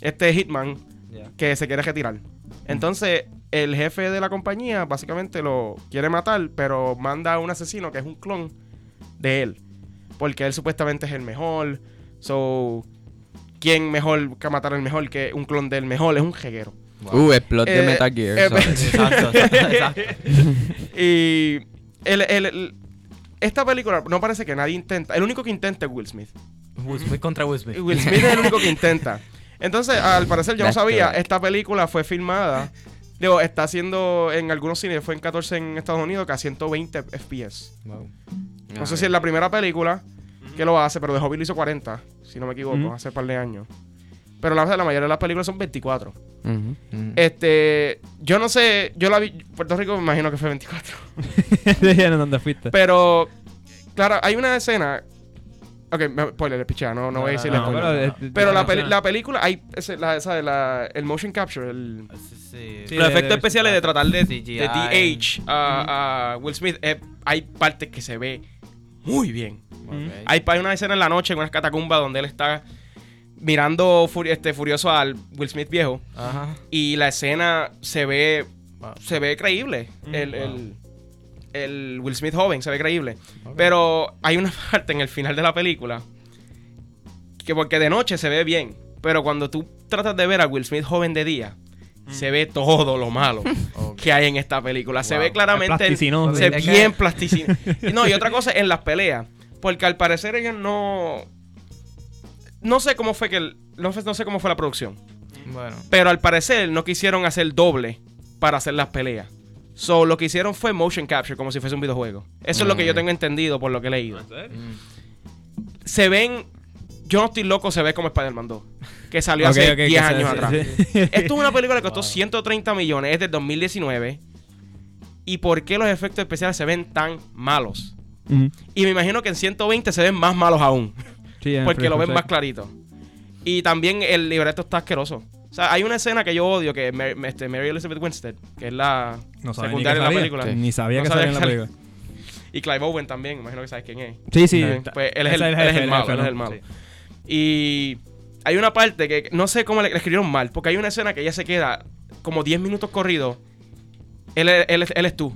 [SPEAKER 4] este hitman,
[SPEAKER 2] not- Yeah.
[SPEAKER 4] que se quiere retirar. Entonces, el jefe de la compañía básicamente lo quiere matar, pero manda a un asesino que es un clon de él. Porque él supuestamente es el mejor. So, ¿quién mejor que matar al mejor que un clon del mejor? Es un jeguero.
[SPEAKER 3] Uh, el plot de
[SPEAKER 4] Eh,
[SPEAKER 3] Metal Gear.
[SPEAKER 4] eh,
[SPEAKER 3] ¿sabes?
[SPEAKER 2] Exacto, exacto. exacto.
[SPEAKER 4] Y el- el- el- esta película no parece que nadie intenta. El único que intenta es Will Smith.
[SPEAKER 2] Will Smith contra Will Smith.
[SPEAKER 4] Will Smith es el único que intenta. Entonces, al parecer, yo no
[SPEAKER 3] That's
[SPEAKER 4] sabía,
[SPEAKER 3] correct.
[SPEAKER 4] esta película fue filmada. Digo, está haciendo en algunos cines, fue en 14 en Estados Unidos, que a 120 FPS.
[SPEAKER 2] Wow.
[SPEAKER 4] No
[SPEAKER 3] Ah,
[SPEAKER 4] sé si es la primera película que lo hace, pero de Hobby lo hizo 40, si no me equivoco,
[SPEAKER 1] Ujú.
[SPEAKER 4] hace par de años. Pero la, la mayoría de las películas son 24.
[SPEAKER 3] Ujú.
[SPEAKER 4] Este, yo no sé, yo la vi, Puerto Rico me imagino que fue 24.
[SPEAKER 1] Dijeron dónde fuiste.
[SPEAKER 4] Pero, claro, hay una escena. Ok, me- spoiler, pichea, no, no voy a
[SPEAKER 2] No,
[SPEAKER 4] decir
[SPEAKER 2] no,
[SPEAKER 1] No,
[SPEAKER 4] spoiler.
[SPEAKER 1] pero, eh,
[SPEAKER 4] Pero la, peli-
[SPEAKER 1] no,
[SPEAKER 4] la película, hay ese- la, esa de la- el motion capture, el,
[SPEAKER 2] Sí, sí.
[SPEAKER 1] Sí,
[SPEAKER 4] los
[SPEAKER 1] de-
[SPEAKER 4] efectos
[SPEAKER 1] de-
[SPEAKER 4] especiales de tratar de,
[SPEAKER 2] CGI.
[SPEAKER 4] de TH a, a Will Smith, eh, hay partes que se ve muy bien.
[SPEAKER 2] Ok.
[SPEAKER 4] Hay, hay una escena en la noche en unas catacumbas donde él está mirando furi- este, furioso al Will Smith viejo
[SPEAKER 2] Ajá.
[SPEAKER 4] y la escena se ve
[SPEAKER 2] Wow. Mm,
[SPEAKER 4] se ve creíble. el, el- el Will Smith joven se ve creíble. Pero hay una parte en el final de la película que porque de noche se ve bien, pero cuando tú tratas de ver a Will Smith joven de día,
[SPEAKER 2] Mm.
[SPEAKER 4] se ve todo lo malo
[SPEAKER 2] Ok.
[SPEAKER 4] que hay en esta película. Se
[SPEAKER 2] Wow.
[SPEAKER 4] ve claramente... el-
[SPEAKER 1] Plasticinón.
[SPEAKER 4] se ve
[SPEAKER 2] Es que-
[SPEAKER 4] bien plasticina. No, y otra cosa, en las peleas. Porque al parecer ellos no... No sé cómo fue que... el- no sé- no sé cómo fue la producción.
[SPEAKER 2] Bueno.
[SPEAKER 4] Pero al parecer no quisieron hacer doble para hacer las peleas. So, lo que hicieron fue motion capture, como si fuese un videojuego. Eso es lo que yo tengo entendido por lo que he leído.
[SPEAKER 2] Mm.
[SPEAKER 4] Se ven. Yo no estoy loco, se ve como Spider-Man 2. Que salió
[SPEAKER 1] Ok,
[SPEAKER 4] hace
[SPEAKER 1] ok, que
[SPEAKER 4] 10
[SPEAKER 1] se-
[SPEAKER 4] años
[SPEAKER 1] se-
[SPEAKER 4] atrás.
[SPEAKER 1] se-
[SPEAKER 4] Esto es una película que costó 130 millones, es del 2019. ¿Y por qué los efectos especiales se ven tan malos?
[SPEAKER 1] Ujú.
[SPEAKER 4] Y me imagino que en 120 se ven más malos aún.
[SPEAKER 1] Sí, en
[SPEAKER 4] Porque lo ven
[SPEAKER 1] Free
[SPEAKER 4] más
[SPEAKER 1] Fire.
[SPEAKER 4] clarito. Y también el libreto está asqueroso. O sea, hay una escena que yo odio, que es Mary, este, Mary Elizabeth Winstead, que es la
[SPEAKER 1] No sabía ni que
[SPEAKER 4] secundaria de la
[SPEAKER 1] salía.
[SPEAKER 4] película.
[SPEAKER 1] Ni sabía
[SPEAKER 4] No
[SPEAKER 1] que
[SPEAKER 4] sabía
[SPEAKER 1] salía en la
[SPEAKER 4] que
[SPEAKER 1] película.
[SPEAKER 4] Y Clive Owen también, imagino que sabes quién es.
[SPEAKER 1] Sí, sí.
[SPEAKER 4] También, Pues él es el,
[SPEAKER 1] Ese
[SPEAKER 4] él es el
[SPEAKER 1] jefe,
[SPEAKER 4] malo,
[SPEAKER 1] jefe,
[SPEAKER 4] él es
[SPEAKER 1] ¿no?
[SPEAKER 4] el malo. Y hay una parte que no sé cómo le, le escribieron mal, porque hay una escena que ella se queda como 10 minutos corrido. Él, es- él es- él es tú.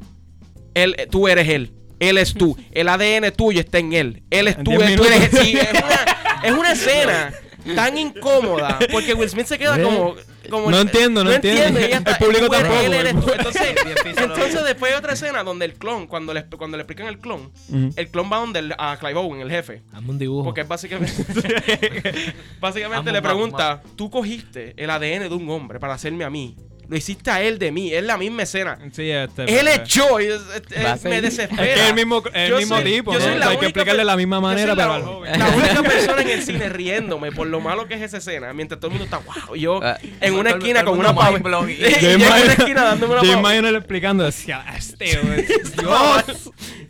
[SPEAKER 4] Él, tú eres él. Él es tú. El ADN tuyo está en él. Él es
[SPEAKER 1] En
[SPEAKER 4] tú.
[SPEAKER 1] 10
[SPEAKER 4] él- tú eres él.
[SPEAKER 1] minutos.
[SPEAKER 4] Sí, es, una, es una escena tan incómoda porque Will Smith se queda
[SPEAKER 1] Eh,
[SPEAKER 4] como. como-
[SPEAKER 1] no entiendo, no entiendo.
[SPEAKER 4] entiendo, ella está,
[SPEAKER 1] El público
[SPEAKER 4] tú eres
[SPEAKER 1] tampoco,
[SPEAKER 4] él,
[SPEAKER 1] el
[SPEAKER 4] eres tú.
[SPEAKER 1] público.
[SPEAKER 4] Entonces,
[SPEAKER 2] Bien piso, ¿no?
[SPEAKER 4] entonces después hay otra escena donde el clon, cuando le, cuando le explican el clon,
[SPEAKER 1] Ujú.
[SPEAKER 4] el clon va donde el- a Clive Owen, el jefe.
[SPEAKER 5] Hazme un
[SPEAKER 1] Oh.
[SPEAKER 5] dibujo.
[SPEAKER 4] Porque es básicamente. básicamente
[SPEAKER 2] Vamos, vamos,
[SPEAKER 4] le pregunta: Tú cogiste el ADN de un hombre para hacerme a mí. Lo hiciste a él de mí. Es la misma escena.
[SPEAKER 1] Sí, este.
[SPEAKER 4] Él
[SPEAKER 1] pues,
[SPEAKER 4] es yo. y es- es-
[SPEAKER 3] Va a
[SPEAKER 4] es- me
[SPEAKER 3] ser-
[SPEAKER 4] desespera.
[SPEAKER 1] Es que es el mismo, el
[SPEAKER 4] Yo
[SPEAKER 1] mismo
[SPEAKER 4] soy-
[SPEAKER 1] tipo.
[SPEAKER 4] yo
[SPEAKER 1] ¿no? O
[SPEAKER 4] soy la
[SPEAKER 1] sea, hay
[SPEAKER 4] única
[SPEAKER 1] que explicarle de la misma
[SPEAKER 4] Yo soy
[SPEAKER 1] manera, pero
[SPEAKER 4] la,
[SPEAKER 1] al joven.
[SPEAKER 4] la única persona en el cine riéndome por lo malo que es esa escena. Mientras todo el mundo está wow. y Yo
[SPEAKER 3] Ah.
[SPEAKER 4] en una
[SPEAKER 2] Todo el-
[SPEAKER 4] esquina
[SPEAKER 2] todo
[SPEAKER 4] con
[SPEAKER 2] el
[SPEAKER 4] una
[SPEAKER 2] mundo
[SPEAKER 4] pava.
[SPEAKER 2] mind blowing.
[SPEAKER 4] Yo
[SPEAKER 1] Yo
[SPEAKER 4] en una esquina
[SPEAKER 1] imagino-
[SPEAKER 4] dándome una
[SPEAKER 1] yo
[SPEAKER 4] pava.
[SPEAKER 1] imagino él explicando. decía, "Ah, este, güey,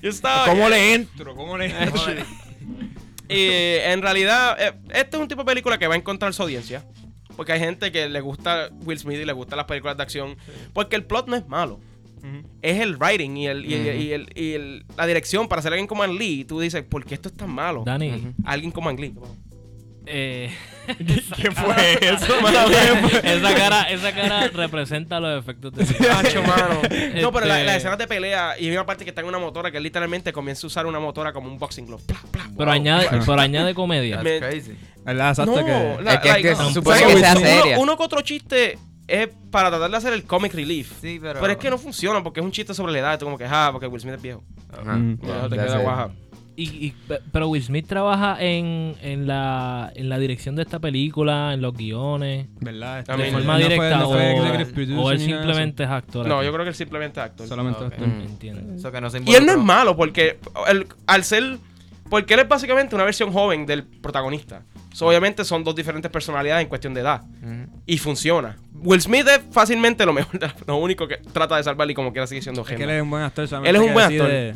[SPEAKER 4] Yo estaba-
[SPEAKER 1] ¿Cómo le entro? ¿Cómo le entro?
[SPEAKER 4] Y en realidad, eh, este es un tipo de película que va a encontrar su audiencia. Porque hay gente que le gusta Will Smith y le gustan las películas de acción. Porque el plot no es malo. Es el writing y, el, y, el- y el- y el- la dirección para hacer alguien como Ang Lee. Y tú dices, ¿por qué esto es tan malo?
[SPEAKER 5] Dani,
[SPEAKER 3] Ujú.
[SPEAKER 4] Alguien como Ang Lee.
[SPEAKER 5] eh,
[SPEAKER 4] ¿Qué fue eso,
[SPEAKER 5] esa, cara, esa cara representa los efectos de
[SPEAKER 4] Macho, mano. No, pero la- las
[SPEAKER 5] Este-
[SPEAKER 4] escenas de pelea y hay una parte que está en una motora que él literalmente comienza a usar una motora como un boxing glove. Pla, pla.
[SPEAKER 5] Pero añade, pero añade comedia.
[SPEAKER 4] Me-
[SPEAKER 2] That's crazy.
[SPEAKER 1] ¿Verdad? Exacto
[SPEAKER 4] No,
[SPEAKER 1] que-
[SPEAKER 4] la-
[SPEAKER 3] Es que- es
[SPEAKER 4] like,
[SPEAKER 3] que
[SPEAKER 4] no.
[SPEAKER 3] se supone
[SPEAKER 4] ¿Sabes
[SPEAKER 3] que
[SPEAKER 4] qué?
[SPEAKER 3] sea
[SPEAKER 4] uno,
[SPEAKER 3] seria.
[SPEAKER 4] uno que otro chiste es para tratar de hacer el comic relief.
[SPEAKER 2] Sí, pero.
[SPEAKER 4] pero, es que no funciona porque es un chiste sobre la edad. Tú como que, ah, porque Will Smith es viejo.
[SPEAKER 3] Ajá.
[SPEAKER 1] Mm.
[SPEAKER 4] Ya, te
[SPEAKER 3] Ya
[SPEAKER 4] queda
[SPEAKER 3] sé.
[SPEAKER 4] guaja.
[SPEAKER 5] Y, y- pe- pero Will Smith trabaja en, en, la, en la dirección de esta película, en los guiones,
[SPEAKER 1] ¿Verdad? Este,
[SPEAKER 4] A mí
[SPEAKER 5] de
[SPEAKER 4] no.
[SPEAKER 5] forma
[SPEAKER 4] No
[SPEAKER 1] fue-
[SPEAKER 5] directa.
[SPEAKER 1] no fue
[SPEAKER 5] o-
[SPEAKER 1] executive producer
[SPEAKER 5] o, él
[SPEAKER 1] ni nada de
[SPEAKER 5] simplemente es actor.
[SPEAKER 4] No,
[SPEAKER 5] aquí.
[SPEAKER 4] yo creo que él simplemente es actor.
[SPEAKER 1] eso. Solamente
[SPEAKER 2] Ok.
[SPEAKER 1] esto.
[SPEAKER 3] Mm.
[SPEAKER 5] Entiendo.
[SPEAKER 2] Eso que no se
[SPEAKER 4] Y él no es
[SPEAKER 2] involucró.
[SPEAKER 4] malo porque el- al ser... Porque él es básicamente una versión joven del protagonista. So, obviamente son dos diferentes personalidades en cuestión de edad.
[SPEAKER 2] Ujú.
[SPEAKER 4] Y funciona. Will Smith es fácilmente lo mejor, de la- lo único que trata de salvar y como quiera sigue siendo
[SPEAKER 1] Es que
[SPEAKER 4] genio.
[SPEAKER 1] él es un buen actor.
[SPEAKER 4] Él es un buen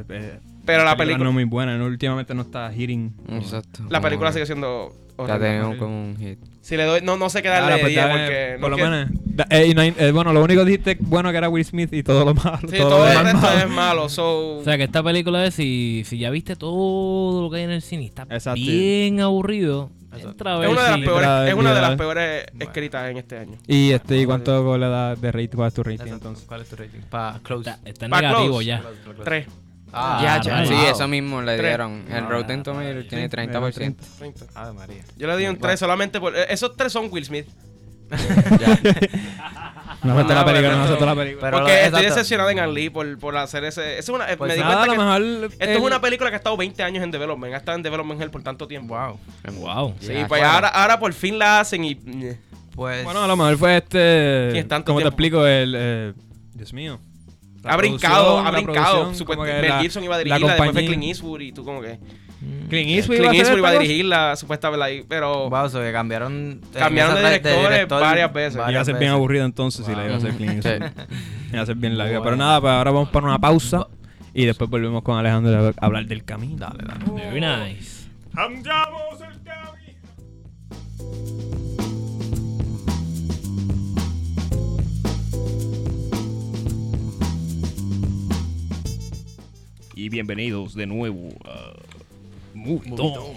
[SPEAKER 1] actor.
[SPEAKER 4] Pero la
[SPEAKER 1] eh, no
[SPEAKER 4] película,
[SPEAKER 1] es muy buena. no- últimamente no está hitting.
[SPEAKER 3] Exacto.
[SPEAKER 4] la película sigue siendo...
[SPEAKER 3] Ya
[SPEAKER 4] horrible.
[SPEAKER 3] tenemos Mm. como un hit.
[SPEAKER 4] Si le doy, no, no sé qué darle
[SPEAKER 1] Dale,
[SPEAKER 4] de
[SPEAKER 1] pues,
[SPEAKER 4] 10
[SPEAKER 1] dale,
[SPEAKER 4] porque no
[SPEAKER 1] por lo
[SPEAKER 4] quiero-
[SPEAKER 1] menos. Da- eh, y no hay- eh, bueno, lo único que dijiste bueno que era Will Smith y todo lo malo.
[SPEAKER 4] Sí,
[SPEAKER 1] todo
[SPEAKER 4] todo,
[SPEAKER 1] lo
[SPEAKER 4] el
[SPEAKER 1] demás
[SPEAKER 4] resto
[SPEAKER 1] malo.
[SPEAKER 4] es malo. So,
[SPEAKER 5] O sea que esta película es si, si ya viste todo lo que hay en el cine, y está
[SPEAKER 1] Exacto.
[SPEAKER 5] bien aburrido.
[SPEAKER 2] Exacto.
[SPEAKER 5] entra a
[SPEAKER 4] es
[SPEAKER 5] ver
[SPEAKER 4] una de las
[SPEAKER 5] si-
[SPEAKER 4] peores,
[SPEAKER 1] literal,
[SPEAKER 4] es una de las
[SPEAKER 1] literal.
[SPEAKER 4] peores
[SPEAKER 2] Bueno.
[SPEAKER 4] escritas en este año.
[SPEAKER 1] Y este, ¿y cuánto le das de rating? ¿Cuál es tu rating
[SPEAKER 2] Exacto.
[SPEAKER 1] entonces?
[SPEAKER 2] ¿Cuál es tu rating? Pa close.
[SPEAKER 5] Está, está en
[SPEAKER 4] Pa'
[SPEAKER 5] negativo
[SPEAKER 4] close.
[SPEAKER 5] ya.
[SPEAKER 2] Close, close.
[SPEAKER 4] Tres.
[SPEAKER 2] Ah,
[SPEAKER 3] ya,
[SPEAKER 5] Ah,
[SPEAKER 3] chaval.
[SPEAKER 5] rayos.
[SPEAKER 3] Sí,
[SPEAKER 2] wow.
[SPEAKER 3] eso mismo le
[SPEAKER 4] Tres.
[SPEAKER 3] dieron. El
[SPEAKER 2] Ah,
[SPEAKER 3] Rotten Tomatoes
[SPEAKER 2] sí,
[SPEAKER 3] tiene
[SPEAKER 1] me da
[SPEAKER 3] 30%.
[SPEAKER 4] 30.
[SPEAKER 2] Ave María.
[SPEAKER 4] Yo le di un 3 solamente por. eh, Esos tres son Will Smith.
[SPEAKER 1] No acepto
[SPEAKER 4] no,
[SPEAKER 1] la película,
[SPEAKER 4] pero
[SPEAKER 1] no acepto
[SPEAKER 4] no.
[SPEAKER 1] la película.
[SPEAKER 2] Pero
[SPEAKER 4] porque
[SPEAKER 2] lo-
[SPEAKER 4] estoy
[SPEAKER 2] exacto.
[SPEAKER 4] decepcionado en Ali por, por hacer ese. Es una, eh,
[SPEAKER 2] Pues
[SPEAKER 4] me di
[SPEAKER 1] Nada, a
[SPEAKER 4] cuenta
[SPEAKER 1] lo
[SPEAKER 4] que
[SPEAKER 1] mejor. eh,
[SPEAKER 4] esto es una película que ha estado 20 años en development. Ha estado en development hell por tanto tiempo.
[SPEAKER 2] Wow.
[SPEAKER 5] Wow.
[SPEAKER 4] Sí,
[SPEAKER 2] Ya,
[SPEAKER 4] pues
[SPEAKER 2] claro.
[SPEAKER 4] ahora, ahora por fin la hacen y. eh,
[SPEAKER 2] Pues.
[SPEAKER 1] Bueno, a lo mejor fue este.
[SPEAKER 4] Sí, es tanto
[SPEAKER 1] ¿Cómo te
[SPEAKER 4] tiempo.
[SPEAKER 1] explico? El. eh, Dios mío. La
[SPEAKER 4] ha brincado,
[SPEAKER 1] producción,
[SPEAKER 4] ha
[SPEAKER 1] la
[SPEAKER 4] brincado.
[SPEAKER 1] producción,
[SPEAKER 4] Supuestamente
[SPEAKER 1] como que
[SPEAKER 4] Mel
[SPEAKER 1] la-
[SPEAKER 4] Gibson iba
[SPEAKER 1] la
[SPEAKER 4] a dirigirla, después fue
[SPEAKER 1] compañía.
[SPEAKER 4] Clint Eastwood y tú como que.
[SPEAKER 1] Clint Eastwood iba a
[SPEAKER 4] Clint
[SPEAKER 1] hacer
[SPEAKER 4] Eastwood iba a
[SPEAKER 1] esta
[SPEAKER 4] dirigirla, supuestamente, pero.
[SPEAKER 2] Wow, so que cambiaron.
[SPEAKER 4] Cambiaron
[SPEAKER 2] en
[SPEAKER 4] de
[SPEAKER 2] esa tra-
[SPEAKER 4] directores varias veces.
[SPEAKER 1] cosa. Iba a ser bien
[SPEAKER 2] veces.
[SPEAKER 1] aburrida entonces si la iba a hacer Clint
[SPEAKER 3] Sí.
[SPEAKER 1] Eastwood. Iba a ser bien larga. Pero
[SPEAKER 2] Bueno.
[SPEAKER 1] nada, pues ahora vamos para una pausa. Y después volvemos con Alejandro a hablar del camino. Dale, dale.
[SPEAKER 5] Very nice.
[SPEAKER 6] Y bienvenidos de nuevo a Movie Dog.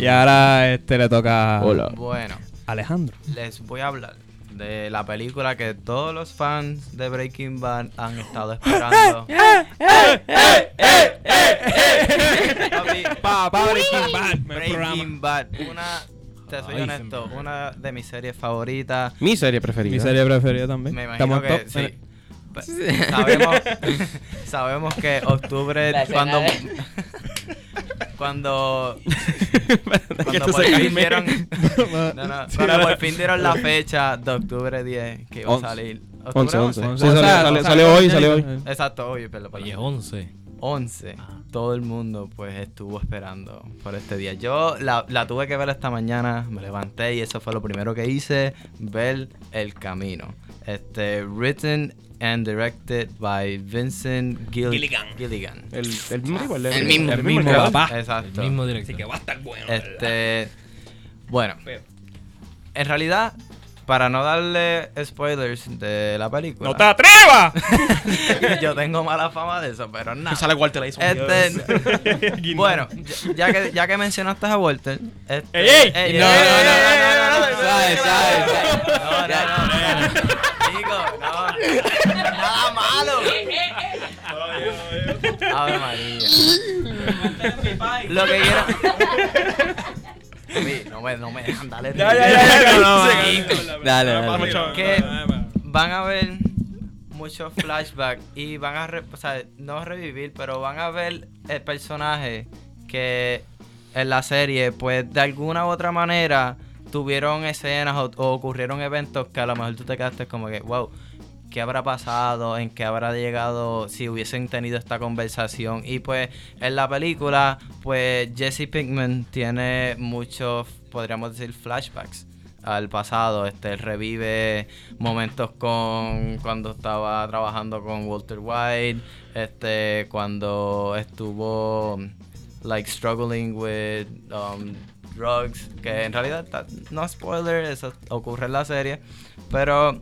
[SPEAKER 1] Y ahora este le toca a
[SPEAKER 2] Bueno,
[SPEAKER 1] Alejandro.
[SPEAKER 2] les voy a hablar de la película que todos los fans de Breaking Bad han estado esperando. Papi,
[SPEAKER 1] Papá Breaking Bad.
[SPEAKER 2] Breaking Bad, una, te soy
[SPEAKER 5] Ay,
[SPEAKER 2] honesto,
[SPEAKER 5] siempre.
[SPEAKER 2] una de mis series favoritas.
[SPEAKER 4] Mi serie preferida.
[SPEAKER 1] Mi serie preferida también.
[SPEAKER 2] Me
[SPEAKER 1] ¿Eh?
[SPEAKER 2] imagino
[SPEAKER 1] Estamos
[SPEAKER 2] que
[SPEAKER 1] top.
[SPEAKER 2] sí. Pe- Sabemos, sabemos que octubre
[SPEAKER 3] La escena
[SPEAKER 2] cuando
[SPEAKER 3] de-
[SPEAKER 2] cuando cuando
[SPEAKER 4] esto
[SPEAKER 2] por
[SPEAKER 4] se
[SPEAKER 2] fin
[SPEAKER 4] cae.
[SPEAKER 2] dieron no, no, cuando por fin dieron la fecha de octubre 10 que iba a
[SPEAKER 4] Once.
[SPEAKER 2] salir.
[SPEAKER 4] Once,
[SPEAKER 2] ¿Octubre
[SPEAKER 4] once.
[SPEAKER 2] once?
[SPEAKER 1] Sí, salió-
[SPEAKER 4] sale-
[SPEAKER 1] sale-
[SPEAKER 4] salió hoy, salió hoy.
[SPEAKER 2] Exacto, oye, pero
[SPEAKER 5] Oye, 11.
[SPEAKER 2] 11. Todo el mundo pues estuvo esperando por este día. Yo la, la tuve que ver esta mañana, me levanté y eso fue lo primero que hice, ver El Camino. Este, written and directed by Vincent Gill- Gilligan.
[SPEAKER 4] El, el mismo tipo,
[SPEAKER 3] El mismo.
[SPEAKER 1] El mismo,
[SPEAKER 4] creador.
[SPEAKER 1] papá.
[SPEAKER 5] El
[SPEAKER 2] Exacto.
[SPEAKER 5] mismo director.
[SPEAKER 2] Este, bueno, en realidad, para no darle spoilers de la película. ¡No te atrevas! yo tengo mala fama de eso, pero nada.
[SPEAKER 4] Sale Walter Isaacson.
[SPEAKER 2] Eh, Este, bueno, ya- ya que, ya que mencionaste a Walter. Este,
[SPEAKER 4] ¡Ey, ey!
[SPEAKER 2] ey,
[SPEAKER 4] No,
[SPEAKER 2] ey,
[SPEAKER 4] no,
[SPEAKER 2] ey,
[SPEAKER 4] no,
[SPEAKER 2] ey,
[SPEAKER 4] no,
[SPEAKER 2] ey,
[SPEAKER 4] no,
[SPEAKER 2] ey,
[SPEAKER 4] no,
[SPEAKER 2] ey, ey,
[SPEAKER 4] no,
[SPEAKER 3] no, no,
[SPEAKER 2] ey,
[SPEAKER 3] no,
[SPEAKER 2] no,
[SPEAKER 3] ya,
[SPEAKER 2] no, no. Chico, no. Nada malo. Ave María. Lo que quiero. Oye, No me, no me dejan darle.
[SPEAKER 4] Ya, ya, ya, ya, no, no, no.
[SPEAKER 3] Dale,
[SPEAKER 4] Vamos,
[SPEAKER 3] dale.
[SPEAKER 4] chaval.
[SPEAKER 2] Que van a ver muchos flashbacks y van a, re- o sea, no revivir, pero van a ver el personaje que en la serie, pues de alguna u otra manera tuvieron escenas o, o ocurrieron eventos que a lo mejor tú te quedaste como que, wow, ¿qué habrá pasado? ¿En qué habrá llegado si hubiesen tenido esta conversación? Y pues en la película, pues Jesse Pinkman tiene muchos, podríamos decir, flashbacks al pasado. Este, él revive momentos con cuando estaba trabajando con Walter White, este, cuando estuvo like struggling with um, drugs, que en realidad ta- no spoiler, eso ocurre en la serie, pero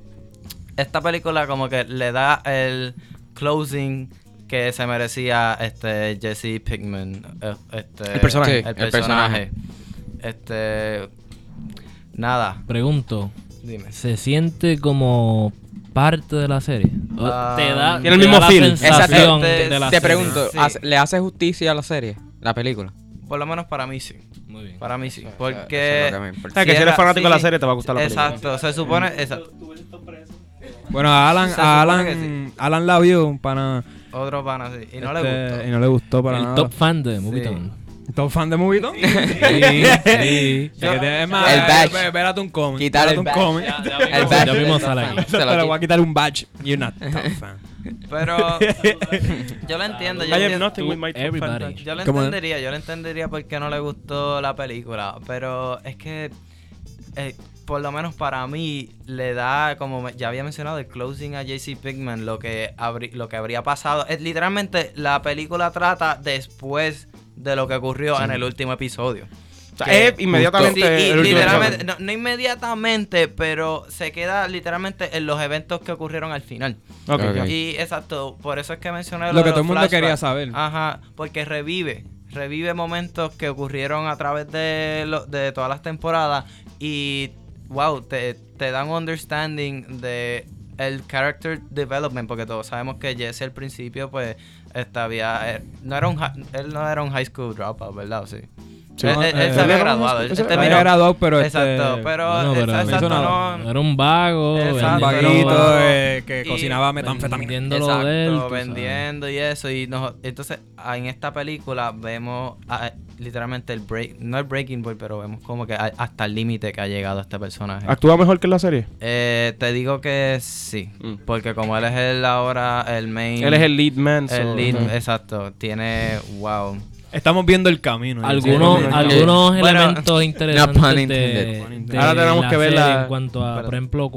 [SPEAKER 2] esta película como que le da el closing que se merecía este Jesse Pinkman, eh, este,
[SPEAKER 3] El personaje.
[SPEAKER 2] el personaje.
[SPEAKER 3] Sí, el personaje.
[SPEAKER 2] Este nada,
[SPEAKER 5] Pregunto,
[SPEAKER 2] dime.
[SPEAKER 5] ¿se siente como parte de la serie? ¿O
[SPEAKER 2] Ah,
[SPEAKER 5] te da,
[SPEAKER 4] Tiene el
[SPEAKER 5] te
[SPEAKER 4] mismo
[SPEAKER 5] da
[SPEAKER 4] feel.
[SPEAKER 5] la sensación
[SPEAKER 2] Exacto.
[SPEAKER 5] de la
[SPEAKER 2] Te
[SPEAKER 5] serie?
[SPEAKER 3] Te pregunto,
[SPEAKER 2] Sí.
[SPEAKER 3] ¿hace- ¿le hace justicia a la serie? La película.
[SPEAKER 2] Por lo menos para mí sí.
[SPEAKER 5] Muy bien.
[SPEAKER 2] Para mí sí.
[SPEAKER 3] O sea,
[SPEAKER 2] Porque.
[SPEAKER 3] eso es lo que me
[SPEAKER 4] O
[SPEAKER 3] importa.
[SPEAKER 4] sea, que si
[SPEAKER 2] era-
[SPEAKER 4] eres fanático de la
[SPEAKER 2] sí,
[SPEAKER 4] serie te va a gustar la película.
[SPEAKER 2] Exacto, se supone. Exacto.
[SPEAKER 1] Bueno, a Alan,
[SPEAKER 2] Se
[SPEAKER 1] a
[SPEAKER 2] supone
[SPEAKER 1] Alan,
[SPEAKER 2] que
[SPEAKER 1] Alan la vio un pana.
[SPEAKER 2] Otro pan así. Y no
[SPEAKER 1] este,
[SPEAKER 2] le
[SPEAKER 3] eh.
[SPEAKER 1] Y
[SPEAKER 2] gustó.
[SPEAKER 1] no le gustó para
[SPEAKER 5] el
[SPEAKER 1] nada.
[SPEAKER 5] top fan de Movie
[SPEAKER 2] Sí.
[SPEAKER 5] Town.
[SPEAKER 1] ¿Top fan de Movitón? Sí, sí. Es más,
[SPEAKER 3] El
[SPEAKER 1] eh,
[SPEAKER 3] badge.
[SPEAKER 1] ve- Espérate un cómic.
[SPEAKER 3] Quitar el
[SPEAKER 1] espérate un
[SPEAKER 3] badge.
[SPEAKER 1] cómic.
[SPEAKER 3] El
[SPEAKER 5] Ya
[SPEAKER 3] badge.
[SPEAKER 5] vimos a la-
[SPEAKER 3] Se lo
[SPEAKER 1] Te le voy a
[SPEAKER 3] quito.
[SPEAKER 1] quitar un badge. You're not top fan.
[SPEAKER 2] Pero. yo lo entiendo. Yo,
[SPEAKER 4] I am
[SPEAKER 2] entiendo-
[SPEAKER 4] nothing with my
[SPEAKER 5] Everybody.
[SPEAKER 2] yo lo
[SPEAKER 1] ¿Cómo es?
[SPEAKER 2] entendería. Yo lo entendería porque no le gustó la película. Pero es que. eh, por lo menos para mí le da, como me- ya había mencionado, el closing a JC Pigman, lo que, habrí- lo que habría pasado. Es, literalmente la película trata después de lo que ocurrió en el último episodio.
[SPEAKER 4] O sea, es inmediatamente
[SPEAKER 2] Sí, y
[SPEAKER 4] el último
[SPEAKER 2] literalmente,
[SPEAKER 4] episodio.
[SPEAKER 2] no, no inmediatamente, pero se queda literalmente en los eventos que ocurrieron al final.
[SPEAKER 4] Ok,
[SPEAKER 3] Ok.
[SPEAKER 4] ya.
[SPEAKER 2] Y exacto, por eso es que mencioné
[SPEAKER 1] Lo
[SPEAKER 2] de
[SPEAKER 1] que todo
[SPEAKER 2] los
[SPEAKER 1] el mundo
[SPEAKER 2] flashbacks.
[SPEAKER 1] quería saber.
[SPEAKER 2] Ajá, porque revive, revive momentos que ocurrieron a través de, lo- de todas las temporadas y wow, te, te dan understanding de el character development, porque todos sabemos que Jesse al principio pues esta había, eh, no era un, hi- él no era un high school dropout, ¿verdad? Sí.
[SPEAKER 1] Sí.
[SPEAKER 2] él,
[SPEAKER 1] No,
[SPEAKER 2] él- él
[SPEAKER 1] eh,
[SPEAKER 2] se
[SPEAKER 1] él
[SPEAKER 2] había
[SPEAKER 4] era un
[SPEAKER 2] graduado, él,
[SPEAKER 4] high school-
[SPEAKER 2] él
[SPEAKER 4] se había
[SPEAKER 1] Había
[SPEAKER 2] terminó-
[SPEAKER 1] graduado, pero este...
[SPEAKER 2] Exacto, pero,
[SPEAKER 5] Bueno, pero
[SPEAKER 2] exacto,
[SPEAKER 5] no hizo
[SPEAKER 1] nada.
[SPEAKER 2] no-
[SPEAKER 5] Era un vago.
[SPEAKER 2] Exacto.
[SPEAKER 5] vendiendo-
[SPEAKER 1] Vaguito eh, que
[SPEAKER 2] Y-
[SPEAKER 1] cocinaba metanfetamina.
[SPEAKER 5] Vendiendo lo
[SPEAKER 2] Exacto,
[SPEAKER 5] de él, tú sabes.
[SPEAKER 2] vendiendo y eso. Y nos- entonces, ah, en esta película vemos ah, literalmente el break, no el breaking point, pero vemos como que a- hasta el límite que ha llegado este personaje.
[SPEAKER 4] ¿Actúa mejor que en la serie?
[SPEAKER 2] Eh, te digo que sí,
[SPEAKER 4] Mm.
[SPEAKER 2] porque como él es el ahora el main,
[SPEAKER 4] Él es el lead man.
[SPEAKER 2] el
[SPEAKER 4] so-
[SPEAKER 2] lead,
[SPEAKER 4] Ujú.
[SPEAKER 2] exacto, tiene wow.
[SPEAKER 1] Estamos viendo el camino.
[SPEAKER 5] Algunos,
[SPEAKER 4] Sí, sí, sí.
[SPEAKER 5] algunos
[SPEAKER 2] Bueno,
[SPEAKER 5] elementos interesantes
[SPEAKER 3] no pun
[SPEAKER 5] de-
[SPEAKER 3] intended.
[SPEAKER 5] de,
[SPEAKER 4] Ahora tenemos que ver
[SPEAKER 5] serie
[SPEAKER 4] la-
[SPEAKER 5] en cuanto a,
[SPEAKER 2] Perdón.
[SPEAKER 5] por ejemplo,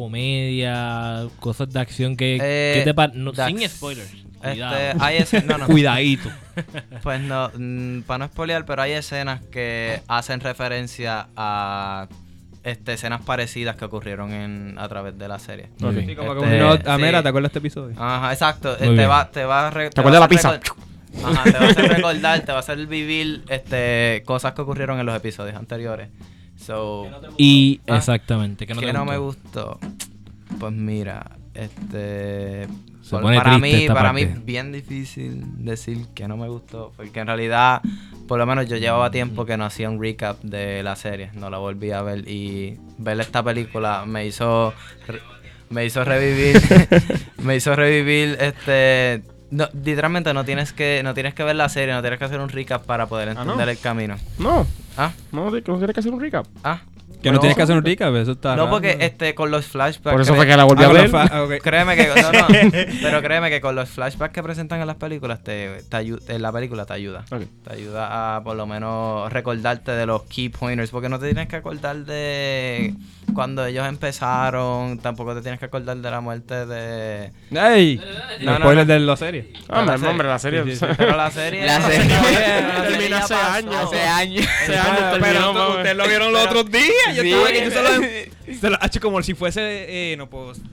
[SPEAKER 5] comedia, cosas de acción que,
[SPEAKER 2] Eh,
[SPEAKER 5] que te pa- no-
[SPEAKER 2] Dax-
[SPEAKER 5] sin spoilers.
[SPEAKER 2] Este,
[SPEAKER 5] cuidado.
[SPEAKER 2] hay escenas, no, no,
[SPEAKER 1] Cuidadito.
[SPEAKER 2] pues no, para no spoilear, pero hay escenas que hacen referencia a este, escenas parecidas que ocurrieron en, a través de la serie.
[SPEAKER 5] Muy bien.
[SPEAKER 1] Sí, como que
[SPEAKER 2] Este,
[SPEAKER 1] un nod. Ah,
[SPEAKER 2] sí.
[SPEAKER 1] mira, ¿te acuerdas de este episodio?
[SPEAKER 2] Ajá, exacto.
[SPEAKER 5] Muy
[SPEAKER 2] Eh, Te
[SPEAKER 5] bien.
[SPEAKER 2] va, te va a re- te
[SPEAKER 4] acuerdas
[SPEAKER 2] va a
[SPEAKER 4] de la
[SPEAKER 2] hacer
[SPEAKER 4] pizza?
[SPEAKER 2] recor- Ajá, te va a hacer recordar, te va a hacer vivir este, cosas que ocurrieron en los episodios anteriores. So,
[SPEAKER 5] Y
[SPEAKER 2] Ah,
[SPEAKER 5] exactamente, que no, te
[SPEAKER 2] que no me
[SPEAKER 5] gustó?
[SPEAKER 2] gustó. Pues mira, este
[SPEAKER 5] Se
[SPEAKER 2] por-
[SPEAKER 5] pone
[SPEAKER 2] para
[SPEAKER 5] triste
[SPEAKER 2] mí,
[SPEAKER 5] esta
[SPEAKER 2] para
[SPEAKER 5] parte.
[SPEAKER 2] mí es bien difícil decir que no me gustó, porque en realidad, por lo menos yo llevaba tiempo que no hacía un recap de la serie, no la volví a ver y ver esta película me hizo re- me hizo revivir me hizo revivir este no, literalmente no tienes que no tienes que ver la serie, no tienes que hacer un recap para poder
[SPEAKER 4] Ah, no.
[SPEAKER 2] entender el camino.
[SPEAKER 4] No,
[SPEAKER 2] Ah,
[SPEAKER 4] no, de- no tienes que hacer un recap.
[SPEAKER 2] ah.
[SPEAKER 1] Que no, tienes que hacer un recap, eso está.
[SPEAKER 2] No, porque este con los flashbacks
[SPEAKER 4] Por eso
[SPEAKER 2] que
[SPEAKER 4] fue
[SPEAKER 2] me-
[SPEAKER 4] que la
[SPEAKER 1] Ah,
[SPEAKER 4] volví a ver.
[SPEAKER 2] Créeme que no, no, pero créeme que con los flashbacks que presentan en las películas te, te ayu- en la película te ayuda.
[SPEAKER 4] Ok.
[SPEAKER 2] Te ayuda a por lo menos recordarte de los key pointers porque no te tienes que acordar de cuando ellos empezaron, tampoco te tienes que acordar de la muerte de
[SPEAKER 1] ¡Ey!
[SPEAKER 2] No,
[SPEAKER 1] Los
[SPEAKER 2] no,
[SPEAKER 1] spoilers de la serie.
[SPEAKER 2] la
[SPEAKER 4] Ah, hombre,
[SPEAKER 2] serie.
[SPEAKER 4] hombre, la serie.
[SPEAKER 1] Sí, sí, sí.
[SPEAKER 2] pero la serie.
[SPEAKER 3] La
[SPEAKER 2] no,
[SPEAKER 3] serie.
[SPEAKER 2] no, la
[SPEAKER 4] Terminó
[SPEAKER 2] serie ya
[SPEAKER 4] hace
[SPEAKER 2] pasó.
[SPEAKER 4] años.
[SPEAKER 3] Hace años.
[SPEAKER 4] Ese año terminó,
[SPEAKER 1] pero
[SPEAKER 4] mamá.
[SPEAKER 1] Ah, ustedes lo vieron los
[SPEAKER 2] Pero-
[SPEAKER 1] otros días. Yo
[SPEAKER 3] Sí.
[SPEAKER 1] estaba aquí, yo solo- se lo ha hecho como si fuese. Eh, no puedo. Está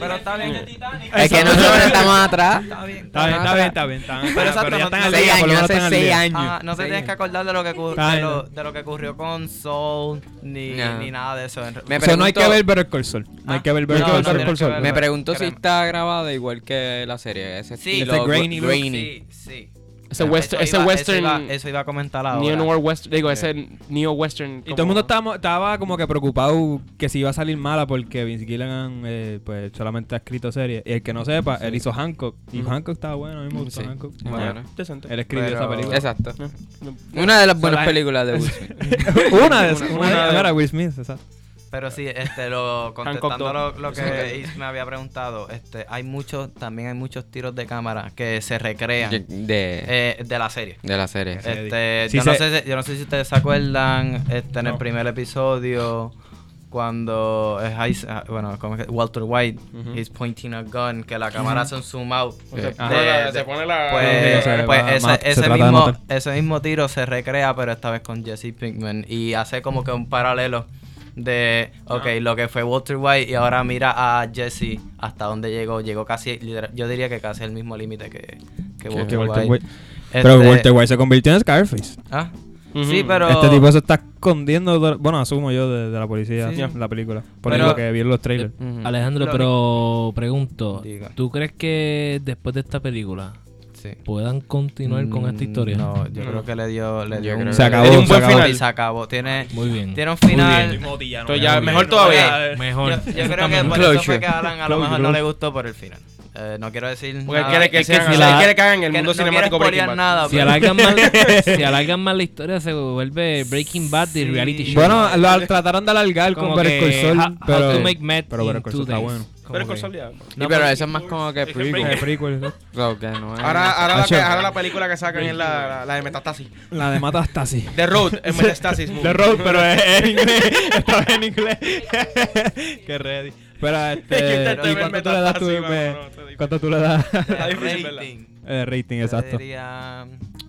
[SPEAKER 2] Pero está bien que
[SPEAKER 3] Es que nosotros estamos atrás.
[SPEAKER 2] Está bien. está
[SPEAKER 1] bien,
[SPEAKER 2] bien.
[SPEAKER 1] está bien, está bien. está bien,
[SPEAKER 2] Pero
[SPEAKER 1] está bien,
[SPEAKER 2] exacto,
[SPEAKER 1] ya
[SPEAKER 2] no-
[SPEAKER 1] están
[SPEAKER 2] no-
[SPEAKER 1] al
[SPEAKER 3] Seis
[SPEAKER 1] día, por lo
[SPEAKER 3] años,
[SPEAKER 1] menos
[SPEAKER 3] hace
[SPEAKER 1] están al
[SPEAKER 3] seis
[SPEAKER 1] día. Ah,
[SPEAKER 2] Ajá,
[SPEAKER 3] años.
[SPEAKER 2] Ah, no te tienes que acordar de lo que ocur-
[SPEAKER 1] Está
[SPEAKER 2] de
[SPEAKER 1] bien.
[SPEAKER 2] lo, de lo que ocurrió con Soul ni,
[SPEAKER 3] No.
[SPEAKER 2] ni nada de eso. En re-
[SPEAKER 3] Me
[SPEAKER 1] O sea, no hay
[SPEAKER 3] pregunto-
[SPEAKER 1] que ver Better Call Saul. No hay que ver Better
[SPEAKER 2] No,
[SPEAKER 1] Call
[SPEAKER 2] no
[SPEAKER 1] Saul.
[SPEAKER 2] tienes que verlo.
[SPEAKER 3] Me pregunto si
[SPEAKER 2] Créeme.
[SPEAKER 3] está grabada igual que la serie. Ese
[SPEAKER 2] Sí.
[SPEAKER 3] estilo
[SPEAKER 1] Ese grainy
[SPEAKER 3] gr-
[SPEAKER 1] look,
[SPEAKER 3] grainy.
[SPEAKER 2] Sí, sí.
[SPEAKER 4] Ese,
[SPEAKER 2] Pero
[SPEAKER 4] west-
[SPEAKER 2] eso
[SPEAKER 4] ese
[SPEAKER 2] iba- Eso
[SPEAKER 4] western.
[SPEAKER 2] iba, eso iba a comentar ahora.
[SPEAKER 4] Neo Noir Western. Digo, ese Neo Western.
[SPEAKER 1] Y todo el mundo estaba, estaba como que preocupado que si iba a salir mala porque Vince Gilligan eh, pues solamente ha escrito series. Y el que no sepa, él hizo Hancock. Y
[SPEAKER 4] Ujú.
[SPEAKER 1] Hancock estaba bueno, a mí me gustó
[SPEAKER 3] Sí.
[SPEAKER 1] Hancock.
[SPEAKER 3] Bueno.
[SPEAKER 4] Decente.
[SPEAKER 1] Él escribió
[SPEAKER 2] Pero-
[SPEAKER 1] esa película.
[SPEAKER 3] Exacto.
[SPEAKER 4] No, no.
[SPEAKER 3] Una de las buenas
[SPEAKER 1] la-
[SPEAKER 3] películas de Will Smith.
[SPEAKER 1] una de esas.
[SPEAKER 4] Una-
[SPEAKER 1] Una,
[SPEAKER 4] una
[SPEAKER 1] de
[SPEAKER 4] de-
[SPEAKER 1] Era Will Smith, exacto.
[SPEAKER 2] Pero sí, este, lo, contestando lo, lo que Is me había preguntado, este, hay muchos, también hay muchos tiros de cámara que se recrean
[SPEAKER 3] De,
[SPEAKER 2] eh, de la serie.
[SPEAKER 3] de la serie.
[SPEAKER 1] Sí.
[SPEAKER 2] Este,
[SPEAKER 1] Sí
[SPEAKER 2] yo, no
[SPEAKER 1] se-
[SPEAKER 2] sé, si- yo no sé si ustedes se acuerdan, este, en el primer episodio, cuando es Eisen- bueno, ¿cómo es que? Walter White is pointing a gun, que la cámara hace un zoom out.
[SPEAKER 4] Se,
[SPEAKER 2] de-
[SPEAKER 4] pone la-
[SPEAKER 2] de-
[SPEAKER 4] se pone la.
[SPEAKER 2] pues,
[SPEAKER 1] se
[SPEAKER 2] pues
[SPEAKER 1] va a
[SPEAKER 2] ese,
[SPEAKER 1] mat- se
[SPEAKER 2] ese
[SPEAKER 1] trata de
[SPEAKER 2] mismo,
[SPEAKER 1] matar.
[SPEAKER 2] ese mismo tiro se recrea, pero esta vez con Jesse Pinkman. Y hace como que un paralelo de, ok, lo que fue Walter White y ahora mira a Jesse hasta dónde llegó. Llegó casi, literal- yo diría que casi el mismo límite que, que Walter, White.
[SPEAKER 1] Pero
[SPEAKER 2] Este-
[SPEAKER 1] Walter White se convirtió en Scarface.
[SPEAKER 2] Ah,
[SPEAKER 4] Ujú.
[SPEAKER 2] Sí, pero...
[SPEAKER 1] Este tipo se está escondiendo, de- bueno, asumo yo, de, de la policía
[SPEAKER 2] Sí, sí.
[SPEAKER 1] en la película. Por
[SPEAKER 2] Pero-
[SPEAKER 1] lo que vi en los trailers.
[SPEAKER 5] eh,
[SPEAKER 3] Ujú.
[SPEAKER 5] Alejandro,
[SPEAKER 2] Lo
[SPEAKER 5] pero pregunto,
[SPEAKER 2] Diga.
[SPEAKER 5] ¿tú crees que después de esta película
[SPEAKER 2] sí.
[SPEAKER 5] puedan continuar con esta historia?
[SPEAKER 2] Mm, No, yo
[SPEAKER 4] No.
[SPEAKER 2] creo que le dio, le dio un,
[SPEAKER 1] Se acabó,
[SPEAKER 4] Le dio un
[SPEAKER 1] se
[SPEAKER 4] buen
[SPEAKER 1] acabó.
[SPEAKER 4] final.
[SPEAKER 2] y se acabó. Tiene,
[SPEAKER 5] Muy bien.
[SPEAKER 2] tiene un final.
[SPEAKER 4] Entonces ya, mejor todavía.
[SPEAKER 5] Mejor.
[SPEAKER 2] Yo, yo
[SPEAKER 5] Eso
[SPEAKER 2] creo que
[SPEAKER 5] también.
[SPEAKER 2] por eso fue que a Alan a lo
[SPEAKER 1] Closure,
[SPEAKER 2] mejor no
[SPEAKER 1] closure.
[SPEAKER 2] le gustó por el final. Eh, no quiero decir
[SPEAKER 4] Porque él
[SPEAKER 2] nada.
[SPEAKER 4] quiere que
[SPEAKER 2] Es
[SPEAKER 4] sean-
[SPEAKER 2] si
[SPEAKER 4] él
[SPEAKER 2] la-
[SPEAKER 4] quiere que hagan el
[SPEAKER 2] que
[SPEAKER 4] mundo
[SPEAKER 2] no- no
[SPEAKER 4] cinemático
[SPEAKER 2] quiero
[SPEAKER 4] Breaking
[SPEAKER 2] spoilear
[SPEAKER 4] Bad.
[SPEAKER 2] nada,
[SPEAKER 5] Si
[SPEAKER 2] pero-
[SPEAKER 5] alargan, más, si alargan más la historia, se vuelve Breaking Bad de reality show.
[SPEAKER 1] Bueno, lo trataron de alargar
[SPEAKER 5] Como
[SPEAKER 1] con Better Call
[SPEAKER 5] que
[SPEAKER 1] Saul,
[SPEAKER 5] how- how
[SPEAKER 1] pero...
[SPEAKER 5] to make meth
[SPEAKER 1] pero
[SPEAKER 5] in
[SPEAKER 1] Better Call Saul
[SPEAKER 5] two
[SPEAKER 1] está
[SPEAKER 5] days.
[SPEAKER 1] bueno.
[SPEAKER 5] Como
[SPEAKER 4] Pero es
[SPEAKER 5] que-
[SPEAKER 4] consolidado.
[SPEAKER 3] Sí, pero eso es más como que prequel.
[SPEAKER 1] Eh, prequel, ¿no?
[SPEAKER 3] So, que no es-
[SPEAKER 4] Ahora, ahora, la, que-
[SPEAKER 1] Hacho.
[SPEAKER 4] ahora la película que sacan es la, la, la de Metastasis.
[SPEAKER 1] La de Matastasis.
[SPEAKER 4] The Road es Metastasis. movie.
[SPEAKER 1] The Road, pero es en inglés. Esta vez en inglés. Qué ready. Pero
[SPEAKER 4] Es que
[SPEAKER 1] este.
[SPEAKER 4] usted te
[SPEAKER 1] ¿Y
[SPEAKER 4] ve
[SPEAKER 1] cuánto tú le das
[SPEAKER 4] Metastasis,
[SPEAKER 1] tú?
[SPEAKER 4] mano,
[SPEAKER 1] me-
[SPEAKER 4] no, está difícil.
[SPEAKER 1] ¿Cuánto tú le das?
[SPEAKER 4] Está difícil, ¿verdad?
[SPEAKER 2] rating.
[SPEAKER 1] Eh, rating,
[SPEAKER 2] Yo
[SPEAKER 1] exacto.
[SPEAKER 2] diría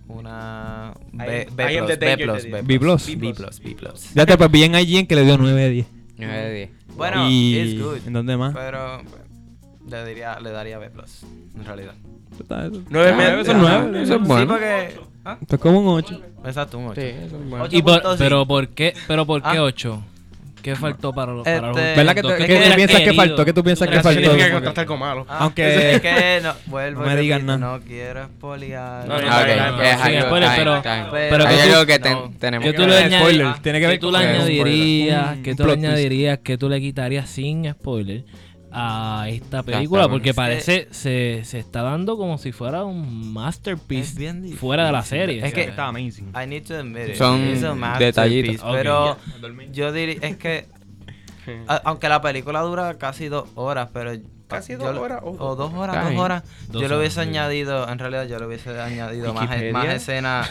[SPEAKER 2] una
[SPEAKER 4] I
[SPEAKER 2] B,
[SPEAKER 4] am- I
[SPEAKER 2] B
[SPEAKER 4] am the
[SPEAKER 2] plus,
[SPEAKER 4] danger,
[SPEAKER 2] B plus,
[SPEAKER 4] te
[SPEAKER 2] B
[SPEAKER 1] B plus.
[SPEAKER 2] B plus, B plus.
[SPEAKER 1] Ya te pues bien allí en que le dio 9 de 10.
[SPEAKER 3] nueve de diez.
[SPEAKER 2] Bueno,
[SPEAKER 1] y...
[SPEAKER 2] it's good,
[SPEAKER 1] ¿En dónde más?
[SPEAKER 2] pero pues, le diría, le daría B plus, en realidad.
[SPEAKER 4] Nueve
[SPEAKER 3] Ah,
[SPEAKER 4] meses.
[SPEAKER 3] eso es nueve, eso es
[SPEAKER 2] Sí,
[SPEAKER 3] bueno.
[SPEAKER 2] porque, ah,
[SPEAKER 1] Esto es como un 8.
[SPEAKER 2] exacto, un ocho.
[SPEAKER 3] Sí, eso es bueno.
[SPEAKER 2] Ocho
[SPEAKER 5] Y por-
[SPEAKER 2] puntos, sí.
[SPEAKER 5] pero por qué, pero por qué
[SPEAKER 2] Ah.
[SPEAKER 5] 8? ¿Qué faltó para, los-
[SPEAKER 2] Este,
[SPEAKER 5] para los otros
[SPEAKER 1] ¿Verdad que,
[SPEAKER 5] dos?
[SPEAKER 1] tú-
[SPEAKER 5] ¿Qué
[SPEAKER 1] que tú
[SPEAKER 5] hubieras
[SPEAKER 1] piensas que
[SPEAKER 5] querido?
[SPEAKER 1] faltó? ¿Qué tú piensas que
[SPEAKER 4] Eso
[SPEAKER 1] faltó?
[SPEAKER 4] significa que
[SPEAKER 1] Como que-
[SPEAKER 4] contaste algo malo.
[SPEAKER 2] Ah,
[SPEAKER 1] Aunque-
[SPEAKER 2] es que no, vuelvo
[SPEAKER 1] No me
[SPEAKER 2] y
[SPEAKER 1] digas
[SPEAKER 2] repito,
[SPEAKER 1] nada.
[SPEAKER 2] No quiero spoilear.
[SPEAKER 4] No, no,
[SPEAKER 3] Ah, ok,
[SPEAKER 4] no, no,
[SPEAKER 3] ok,
[SPEAKER 4] no,
[SPEAKER 3] es
[SPEAKER 5] sí,
[SPEAKER 3] algo-
[SPEAKER 5] spoiler,
[SPEAKER 3] ah,
[SPEAKER 5] pero-
[SPEAKER 3] está bien.
[SPEAKER 5] pero
[SPEAKER 3] Hay
[SPEAKER 5] que tú-
[SPEAKER 3] algo que te-
[SPEAKER 2] no.
[SPEAKER 3] tenemos
[SPEAKER 5] ¿Qué
[SPEAKER 3] que
[SPEAKER 5] tú le
[SPEAKER 3] ver.
[SPEAKER 5] añadi-
[SPEAKER 1] spoiler, tiene que ver
[SPEAKER 5] qué tú
[SPEAKER 1] con-
[SPEAKER 5] le
[SPEAKER 3] Sí, es un spoiler.
[SPEAKER 5] añadirías, que tú le
[SPEAKER 1] plot twist.
[SPEAKER 5] añadirías, que tú le quitarías sin spoiler a esta película,
[SPEAKER 3] cabrón.
[SPEAKER 5] porque
[SPEAKER 2] Es que-
[SPEAKER 5] parece se, se está dando como si fuera un masterpiece
[SPEAKER 2] Es bien difícil.
[SPEAKER 5] fuera de la serie.
[SPEAKER 2] Es que-
[SPEAKER 5] ¿sabes?
[SPEAKER 1] amazing.
[SPEAKER 2] I need to admit it.
[SPEAKER 3] Son
[SPEAKER 2] It's a masterpiece,
[SPEAKER 3] detallitos.
[SPEAKER 5] Ok.
[SPEAKER 2] Pero yo diría, es que, a- aunque la película dura casi dos horas, pero...
[SPEAKER 4] Casi
[SPEAKER 2] yo
[SPEAKER 4] dos
[SPEAKER 2] lo-
[SPEAKER 4] horas,
[SPEAKER 2] O,
[SPEAKER 4] o-
[SPEAKER 2] dos horas,
[SPEAKER 3] Ay.
[SPEAKER 2] dos horas.
[SPEAKER 5] Dos
[SPEAKER 2] yo le hubiese
[SPEAKER 5] horas, sí.
[SPEAKER 2] añadido, en realidad yo le hubiese añadido más, e,
[SPEAKER 4] Wikipedia.
[SPEAKER 2] más escenas,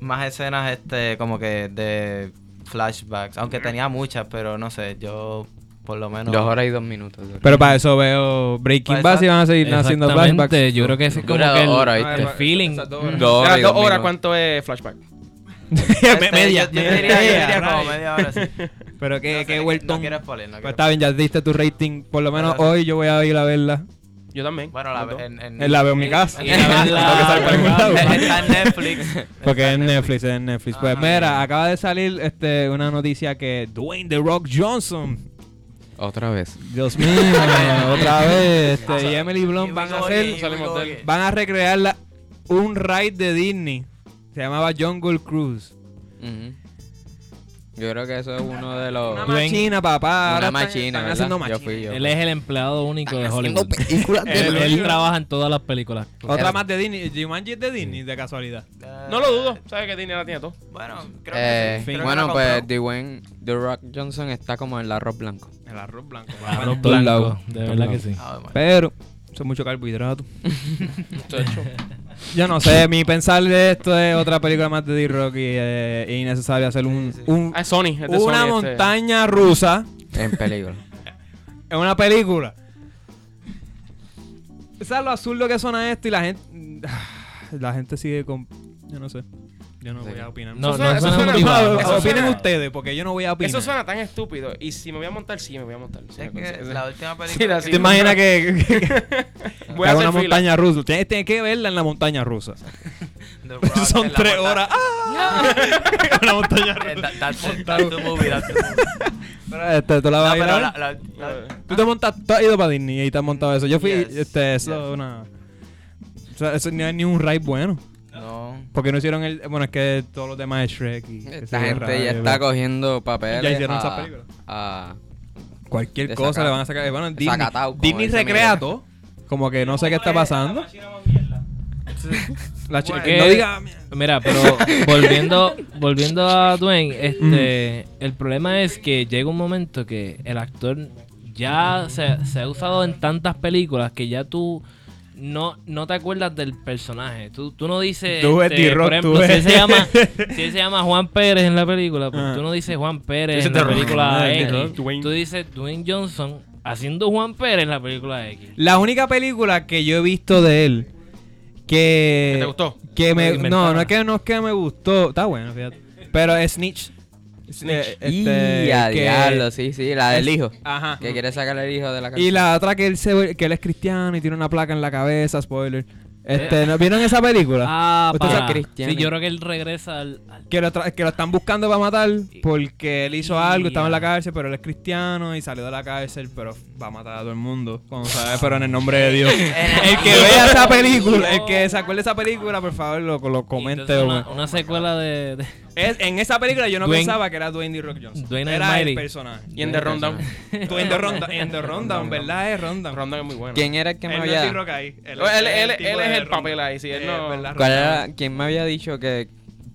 [SPEAKER 2] más escenas este como que de flashbacks. Aunque tenía muchas, pero no sé, yo por lo menos...
[SPEAKER 3] Dos horas y dos minutos.
[SPEAKER 1] Pero para eso veo Breaking
[SPEAKER 2] Para
[SPEAKER 1] Bad
[SPEAKER 2] Pues, esa-
[SPEAKER 1] y van a seguir haciendo
[SPEAKER 5] Exactamente,
[SPEAKER 1] flashbacks.
[SPEAKER 5] yo creo que ese es como
[SPEAKER 3] Dura
[SPEAKER 5] que
[SPEAKER 3] dos
[SPEAKER 5] el,
[SPEAKER 3] horas,
[SPEAKER 5] el
[SPEAKER 3] ¿viste?
[SPEAKER 5] feeling.
[SPEAKER 3] dos
[SPEAKER 4] Las
[SPEAKER 3] horas. y
[SPEAKER 4] dos
[SPEAKER 3] dos
[SPEAKER 4] horas,
[SPEAKER 3] minutos.
[SPEAKER 4] ¿cuánto es flashback?
[SPEAKER 2] Este,
[SPEAKER 1] Media,
[SPEAKER 2] yo- yo
[SPEAKER 1] media,
[SPEAKER 2] diría, yo
[SPEAKER 1] media,
[SPEAKER 2] diría como
[SPEAKER 1] right.
[SPEAKER 2] media hora, sí.
[SPEAKER 1] Pero que,
[SPEAKER 2] No sé,
[SPEAKER 1] que
[SPEAKER 2] no
[SPEAKER 1] vueltón.
[SPEAKER 2] quiero spoiler, no
[SPEAKER 1] Pues
[SPEAKER 2] quiero
[SPEAKER 1] está bien, ya diste tu rating. Por lo menos
[SPEAKER 2] Pero-
[SPEAKER 1] hoy yo voy a ir a verla.
[SPEAKER 4] Yo también.
[SPEAKER 2] Bueno, la
[SPEAKER 4] Los dos.
[SPEAKER 2] en, en,
[SPEAKER 1] Eh, La veo en mi casa.
[SPEAKER 5] Y la ves la-
[SPEAKER 1] Tengo que salir para algún lado.
[SPEAKER 2] Está en Netflix.
[SPEAKER 1] Porque es Netflix, es Netflix. Pues
[SPEAKER 2] Ah,
[SPEAKER 1] mira, acaba de salir este, una noticia que Dwayne The Rock Johnson.
[SPEAKER 3] Otra vez.
[SPEAKER 1] Dios mío, otra vez. Este, y Emily Blunt van a hacer.
[SPEAKER 4] here we go again.
[SPEAKER 1] Van a recrear la- un ride de Disney. Se llamaba Jungle Cruise.
[SPEAKER 3] Ujú. Yo creo que eso es uno de los.
[SPEAKER 1] Una
[SPEAKER 5] Dwayne-
[SPEAKER 1] machina, papá.
[SPEAKER 3] Una
[SPEAKER 1] Ahora están-
[SPEAKER 3] machina,
[SPEAKER 1] Están
[SPEAKER 3] ¿verdad?
[SPEAKER 1] haciendo
[SPEAKER 3] Yo
[SPEAKER 1] machina.
[SPEAKER 3] fui yo.
[SPEAKER 5] Él es el empleado único de Hollywood. Él,
[SPEAKER 1] de-
[SPEAKER 5] él trabaja en todas las películas.
[SPEAKER 1] Otra más de Disney. Jumanji es de Disney, de casualidad.
[SPEAKER 4] No lo dudo. ¿Sabes que Disney la tiene todo?
[SPEAKER 2] Bueno, creo
[SPEAKER 3] Eh,
[SPEAKER 2] que sí. Creo que
[SPEAKER 3] bueno,
[SPEAKER 2] la
[SPEAKER 3] pues
[SPEAKER 2] compró.
[SPEAKER 3] Dwayne The Rock Johnson está como el arroz blanco.
[SPEAKER 1] El arroz blanco.
[SPEAKER 5] Claro,
[SPEAKER 3] todos lados.
[SPEAKER 5] blanco, de
[SPEAKER 3] Todos
[SPEAKER 5] verdad que
[SPEAKER 3] lados.
[SPEAKER 5] sí.
[SPEAKER 2] Ah, bueno.
[SPEAKER 1] Pero, son mucho carbohidrato. Yo no sé, mi pensar de esto es otra película más de D-Rock y eh, es innecesario hacer un, un-
[SPEAKER 4] Ah, es Sony. es de
[SPEAKER 1] una
[SPEAKER 4] Sony, este.
[SPEAKER 1] montaña rusa
[SPEAKER 3] En peligro.
[SPEAKER 1] en una película. O sea, lo azul lo que suena esto y la gente. La gente sigue con. Yo no sé. Yo no
[SPEAKER 3] Sí.
[SPEAKER 1] voy a opinar.
[SPEAKER 5] No,
[SPEAKER 4] suena-
[SPEAKER 5] no
[SPEAKER 4] eso
[SPEAKER 5] suena
[SPEAKER 4] suena
[SPEAKER 5] motivado.
[SPEAKER 4] malo. Eso
[SPEAKER 1] opinen
[SPEAKER 4] suena-
[SPEAKER 1] ustedes, porque yo no voy a opinar.
[SPEAKER 4] Eso suena tan estúpido. Y si me voy a montar, sí, me voy a montar. Sí,
[SPEAKER 2] Es
[SPEAKER 4] me
[SPEAKER 2] que
[SPEAKER 4] parece-
[SPEAKER 2] la última película.
[SPEAKER 4] Sí, la-
[SPEAKER 2] que-
[SPEAKER 1] ¿Te imaginas que, que, que
[SPEAKER 4] Voy a
[SPEAKER 1] haga una
[SPEAKER 4] hacer fila.
[SPEAKER 1] montaña rusa? Tienes, tienes que verla en la montaña rusa.
[SPEAKER 2] The Rock
[SPEAKER 1] Son
[SPEAKER 2] en la
[SPEAKER 1] tres
[SPEAKER 2] monta-
[SPEAKER 1] horas. ¡Ah! una montaña rusa.
[SPEAKER 2] Eh, that- that's it, that's the movie, that's the movie.
[SPEAKER 1] Pero, este, tú la vas
[SPEAKER 2] No,
[SPEAKER 1] a ir a
[SPEAKER 2] pero
[SPEAKER 1] ver?
[SPEAKER 2] la- la- la-
[SPEAKER 1] Tú te montas, tú has ido para Disney y te has montado eso. Yo fui,
[SPEAKER 2] Yes,
[SPEAKER 1] este, eso
[SPEAKER 2] yes.
[SPEAKER 1] una. O sea, eso ni, ni un ride bueno.
[SPEAKER 2] No.
[SPEAKER 1] Porque no hicieron el. Bueno, es que todos los demás es Shrek y. que
[SPEAKER 3] Esta
[SPEAKER 1] se
[SPEAKER 3] gente
[SPEAKER 1] ride,
[SPEAKER 3] ya está
[SPEAKER 1] ¿verdad?
[SPEAKER 3] cogiendo papeles.
[SPEAKER 1] Ya hicieron
[SPEAKER 3] a-
[SPEAKER 1] esas películas.
[SPEAKER 3] a-
[SPEAKER 1] Cualquier
[SPEAKER 3] de
[SPEAKER 1] cosa
[SPEAKER 3] saca-
[SPEAKER 1] le van a sacar. Bueno, Disney.
[SPEAKER 3] sacatao, como
[SPEAKER 1] Disney
[SPEAKER 3] dice
[SPEAKER 1] recrea
[SPEAKER 3] Miguel.
[SPEAKER 1] todo. Como que no sé qué está pasando. La chica.
[SPEAKER 5] Bueno.
[SPEAKER 1] No diga.
[SPEAKER 5] Mira, pero volviendo, volviendo a Dwayne, este, el problema es que llega un momento que el actor ya se, se ha usado en tantas películas que ya tú no, no te acuerdas del personaje. Tú, tú no dices.
[SPEAKER 4] Tú ves
[SPEAKER 5] este,
[SPEAKER 4] D-Rock,
[SPEAKER 5] por ejemplo,
[SPEAKER 4] tú
[SPEAKER 5] si él,
[SPEAKER 4] ves.
[SPEAKER 5] se llama, si él se llama Juan Pérez en la película, pues tú no dices Juan Pérez
[SPEAKER 4] Tú dices
[SPEAKER 5] en la
[SPEAKER 4] The Rock.
[SPEAKER 5] película
[SPEAKER 4] Ah, The
[SPEAKER 5] X.
[SPEAKER 4] Rock, Dwayne.
[SPEAKER 5] Tú dices Dwayne Johnson haciendo Juan Pérez en la película X.
[SPEAKER 1] La única película que yo he visto de él que.
[SPEAKER 4] ¿Que te gustó?
[SPEAKER 1] Que me, no,
[SPEAKER 5] Inventada.
[SPEAKER 1] no es que no es que me gustó. Está bueno, fíjate. Pero es Snitch. Eh, este,
[SPEAKER 3] y a
[SPEAKER 1] que-
[SPEAKER 3] diablo, sí, sí, la del hijo.
[SPEAKER 1] Ajá.
[SPEAKER 3] Que quiere sacar el hijo de la casa.
[SPEAKER 1] Y la otra que él se, que él es cristiano y tiene una placa en la cabeza, spoiler. Este, ¿no vieron esa película?
[SPEAKER 5] Ah,
[SPEAKER 1] Usted
[SPEAKER 5] para.
[SPEAKER 3] sabe Cristiano.
[SPEAKER 5] Sí, yo creo que él regresa al. al-
[SPEAKER 1] Que lo, tra- que lo están buscando para matar porque él hizo algo, estaba en la cárcel, pero él es cristiano y salió de la cárcel, pero va a matar a todo el mundo, como sabes, pero en el nombre de Dios. el que vea esa película, el que se acuerde de esa película, por favor, lo, lo comente.
[SPEAKER 5] Entonces,
[SPEAKER 1] bueno.
[SPEAKER 5] una, una secuela de. de-
[SPEAKER 1] Es- en esa película yo no
[SPEAKER 5] Dwayne-
[SPEAKER 1] pensaba que era Dwayne D. Rock Johnson.
[SPEAKER 5] Dwayne
[SPEAKER 1] era
[SPEAKER 5] Almighty.
[SPEAKER 1] el personaje.
[SPEAKER 4] Y en The Rundown.
[SPEAKER 1] Dwayne de Ronda, en The Rundown, ¿verdad? Es Rundown.
[SPEAKER 4] Rundown es muy bueno.
[SPEAKER 3] ¿Quién era el que me
[SPEAKER 1] Él no es
[SPEAKER 3] había.?
[SPEAKER 1] D. Rock ahí.
[SPEAKER 4] Él, él, él,
[SPEAKER 1] tipo
[SPEAKER 4] él
[SPEAKER 1] de
[SPEAKER 4] es el
[SPEAKER 1] Rundown.
[SPEAKER 4] papel ahí, sí, él
[SPEAKER 1] Eh,
[SPEAKER 4] no-
[SPEAKER 1] ¿verdad?
[SPEAKER 3] ¿Cuál
[SPEAKER 1] Rundown.
[SPEAKER 3] era- ¿Quién me había dicho que,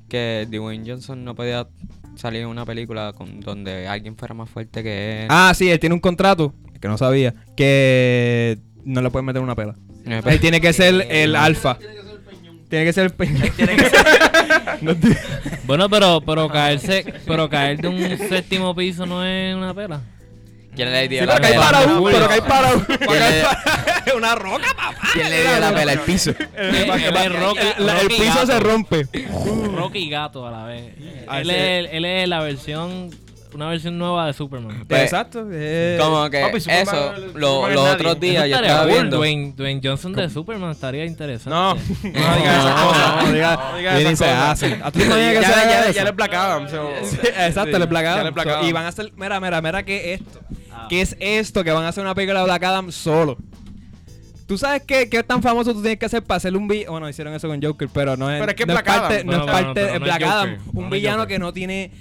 [SPEAKER 3] que Dwayne Johnson no podía salir en una película con, donde alguien fuera más fuerte que él?
[SPEAKER 1] Ah, sí, él tiene un contrato, que no sabía, que no le pueden meter una pela.
[SPEAKER 3] Eh,
[SPEAKER 1] Él tiene que ser el alfa. Tiene que ser el peñón. Tiene que ser el peñón.
[SPEAKER 5] Bueno, pero, pero caerse, pero caer de un séptimo piso no es una pela.
[SPEAKER 3] ¿Quién le dio
[SPEAKER 1] Sí,
[SPEAKER 3] la
[SPEAKER 1] pero que hay
[SPEAKER 3] pela?
[SPEAKER 1] para un, pero que hay para un.
[SPEAKER 3] ¿Quién le,
[SPEAKER 1] Una roca, papá.
[SPEAKER 3] quién le dio la pela? El piso.
[SPEAKER 5] Él es Rocky-
[SPEAKER 1] El, el
[SPEAKER 5] Rocky
[SPEAKER 1] piso se
[SPEAKER 5] Gato.
[SPEAKER 1] rompe.
[SPEAKER 5] Rocky y gato a la vez.
[SPEAKER 1] Ah,
[SPEAKER 5] Él
[SPEAKER 1] sí.
[SPEAKER 5] es, él es la versión, una versión nueva de Superman.
[SPEAKER 3] Pues,
[SPEAKER 1] Exacto. eh.
[SPEAKER 3] Como que
[SPEAKER 4] Papi, Superman-
[SPEAKER 3] eso,
[SPEAKER 4] Superman
[SPEAKER 3] lo-
[SPEAKER 4] es
[SPEAKER 3] los
[SPEAKER 4] nadie.
[SPEAKER 3] otros días
[SPEAKER 5] Eso
[SPEAKER 3] yo
[SPEAKER 5] estaría
[SPEAKER 3] estaba
[SPEAKER 5] cool.
[SPEAKER 3] viendo.
[SPEAKER 5] Dwayne, Dwayne Johnson de Superman estaría interesante.
[SPEAKER 4] No, no digas esas
[SPEAKER 3] No,
[SPEAKER 4] cosas.
[SPEAKER 1] no diga-
[SPEAKER 4] digas
[SPEAKER 1] ni
[SPEAKER 4] esas
[SPEAKER 1] se
[SPEAKER 4] cosas.
[SPEAKER 1] hace. A tú no digas que
[SPEAKER 4] Ya-
[SPEAKER 1] se haga
[SPEAKER 4] ya-
[SPEAKER 1] eso.
[SPEAKER 4] Ya le placaban. so-
[SPEAKER 1] Sí, Exacto,
[SPEAKER 4] Sí,
[SPEAKER 1] le Black
[SPEAKER 4] ya
[SPEAKER 1] Adam.
[SPEAKER 4] le Black Adam.
[SPEAKER 1] Y van a hacer, mira, mira, mira, ¿qué es esto?
[SPEAKER 5] Ah.
[SPEAKER 1] ¿Qué es esto? Que van a hacer una película de Black Adam solo. ¿Tú sabes qué, qué tan famoso tú tienes que hacer para hacer un villano? Bueno, hicieron eso con Joker, pero no es,
[SPEAKER 4] Pero es que es
[SPEAKER 1] no
[SPEAKER 4] Black Adam.
[SPEAKER 1] parte, no
[SPEAKER 5] Bueno,
[SPEAKER 1] es
[SPEAKER 5] pero no,
[SPEAKER 1] parte es
[SPEAKER 5] pero no es
[SPEAKER 1] Black
[SPEAKER 5] Joker,
[SPEAKER 1] Adam.
[SPEAKER 5] no
[SPEAKER 1] un
[SPEAKER 5] es
[SPEAKER 1] villano
[SPEAKER 5] Joker.
[SPEAKER 1] que no tiene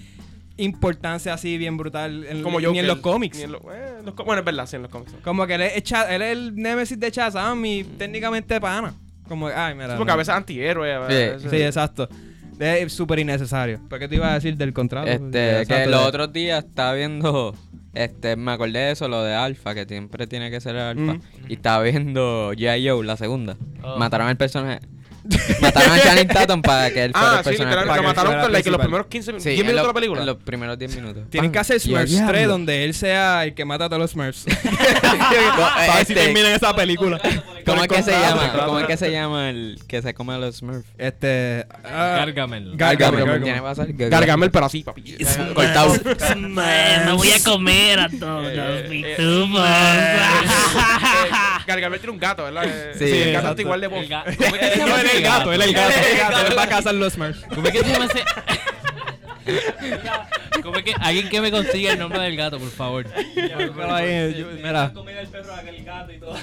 [SPEAKER 1] importancia así bien brutal en-
[SPEAKER 4] Como
[SPEAKER 1] ni
[SPEAKER 4] Joker.
[SPEAKER 1] en los cómics.
[SPEAKER 4] Ni en los- eh, los co- Bueno, es verdad, sí, en los cómics.
[SPEAKER 1] Como que él es, Cha- él es el némesis de Shazam y
[SPEAKER 5] Mm.
[SPEAKER 1] técnicamente pana. Como, ay, mira.
[SPEAKER 4] Porque
[SPEAKER 1] Ah, no.
[SPEAKER 4] a veces antihéroe. a
[SPEAKER 3] Sí. este,
[SPEAKER 4] veces-
[SPEAKER 1] Sí, exacto. Es súper innecesario. ¿Pero qué te iba a decir del contrato?
[SPEAKER 3] Este, que
[SPEAKER 1] Exacto,
[SPEAKER 3] los
[SPEAKER 1] de-
[SPEAKER 3] otros días estaba viendo, este, me acordé de eso, lo de Alfa, que siempre tiene que ser el Alfa. Y estaba viendo G.I. Joe, la segunda.
[SPEAKER 5] Oh.
[SPEAKER 3] Mataron al personaje. Mataron a Channing Tatum para que él fuera
[SPEAKER 4] Ah,
[SPEAKER 3] el
[SPEAKER 4] sí,
[SPEAKER 3] personaje.
[SPEAKER 4] literalmente.
[SPEAKER 1] para
[SPEAKER 4] Lo
[SPEAKER 1] que
[SPEAKER 4] mataron
[SPEAKER 1] fuera
[SPEAKER 4] con like, los
[SPEAKER 1] principal.
[SPEAKER 4] primeros 15 minutos.
[SPEAKER 3] Sí,
[SPEAKER 4] 10
[SPEAKER 3] en
[SPEAKER 4] minutos de
[SPEAKER 3] los-
[SPEAKER 4] la película.
[SPEAKER 3] En los primeros 10 minutos.
[SPEAKER 1] Tienen que hacer Smurfs 3 donde él sea el que mata a todos los Smurfs. Para ver si
[SPEAKER 3] Este-
[SPEAKER 1] terminan esa película. Con
[SPEAKER 3] ¿Cómo
[SPEAKER 1] el
[SPEAKER 3] es que se
[SPEAKER 1] contrato.
[SPEAKER 3] llama? ¿Cómo es que se llama el que se come a los Smurfs?
[SPEAKER 1] Este. ah,
[SPEAKER 5] Cárgamelo.
[SPEAKER 1] Gar- Gargamel, Gargamel.
[SPEAKER 3] Tiene que pasar
[SPEAKER 4] Gargamel, pero así, papi.
[SPEAKER 3] Cortado.
[SPEAKER 7] Me voy a comer a todos
[SPEAKER 4] Eh,
[SPEAKER 7] los
[SPEAKER 4] eh,
[SPEAKER 7] pitufos.
[SPEAKER 4] Gargamel tiene un gato, ¿verdad? Eh,
[SPEAKER 3] Sí,
[SPEAKER 4] el gato
[SPEAKER 1] exacto.
[SPEAKER 4] está igual de bobo.
[SPEAKER 5] El ga-
[SPEAKER 1] No, él es el gato, él es el gato.
[SPEAKER 4] Él es el gato.
[SPEAKER 1] Él va a cazar los Smurfs.
[SPEAKER 5] ¿Cómo es que se llama ese? ¿Cómo es que alguien que me consiga el nombre del gato, por favor?
[SPEAKER 1] Búscalo ahí, yo- Mira,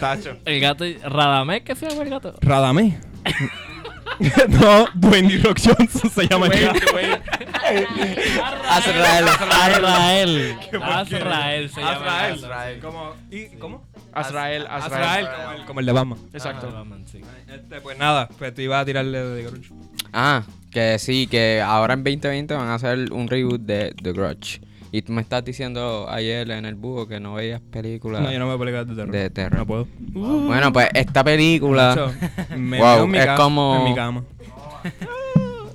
[SPEAKER 4] Tacho.
[SPEAKER 5] El gato Radamés, ¿qué se llama el gato?
[SPEAKER 1] Radamé. no, Dwayne D. Rock Johnson se llama el
[SPEAKER 4] Güey,
[SPEAKER 1] gato.
[SPEAKER 4] güey.
[SPEAKER 3] Azrael.
[SPEAKER 5] Azrael. Azrael
[SPEAKER 4] Azrael.
[SPEAKER 5] se llama. el gato.
[SPEAKER 2] Azrael.
[SPEAKER 1] ¿Cómo? ¿Y cómo?
[SPEAKER 4] Azrael,
[SPEAKER 1] Azrael,
[SPEAKER 4] Azrael.
[SPEAKER 1] como el- como el de Batman.
[SPEAKER 4] Exacto.
[SPEAKER 5] Batman, sí.
[SPEAKER 1] Este, pues nada, pues tú ibas a tirarle de Grunge.
[SPEAKER 3] Ah, que sí, que ahora en 2020 van a hacer un reboot de The Grudge. Y tú me estás diciendo ayer en el búho que no veías películas
[SPEAKER 1] No, yo no me voy a pelear de terror.
[SPEAKER 3] de terror.
[SPEAKER 1] No puedo.
[SPEAKER 3] Bueno, pues esta película,
[SPEAKER 1] Yo me
[SPEAKER 3] Wow,
[SPEAKER 1] veo en mi
[SPEAKER 3] es
[SPEAKER 1] ca-
[SPEAKER 3] como-
[SPEAKER 1] en mi cama.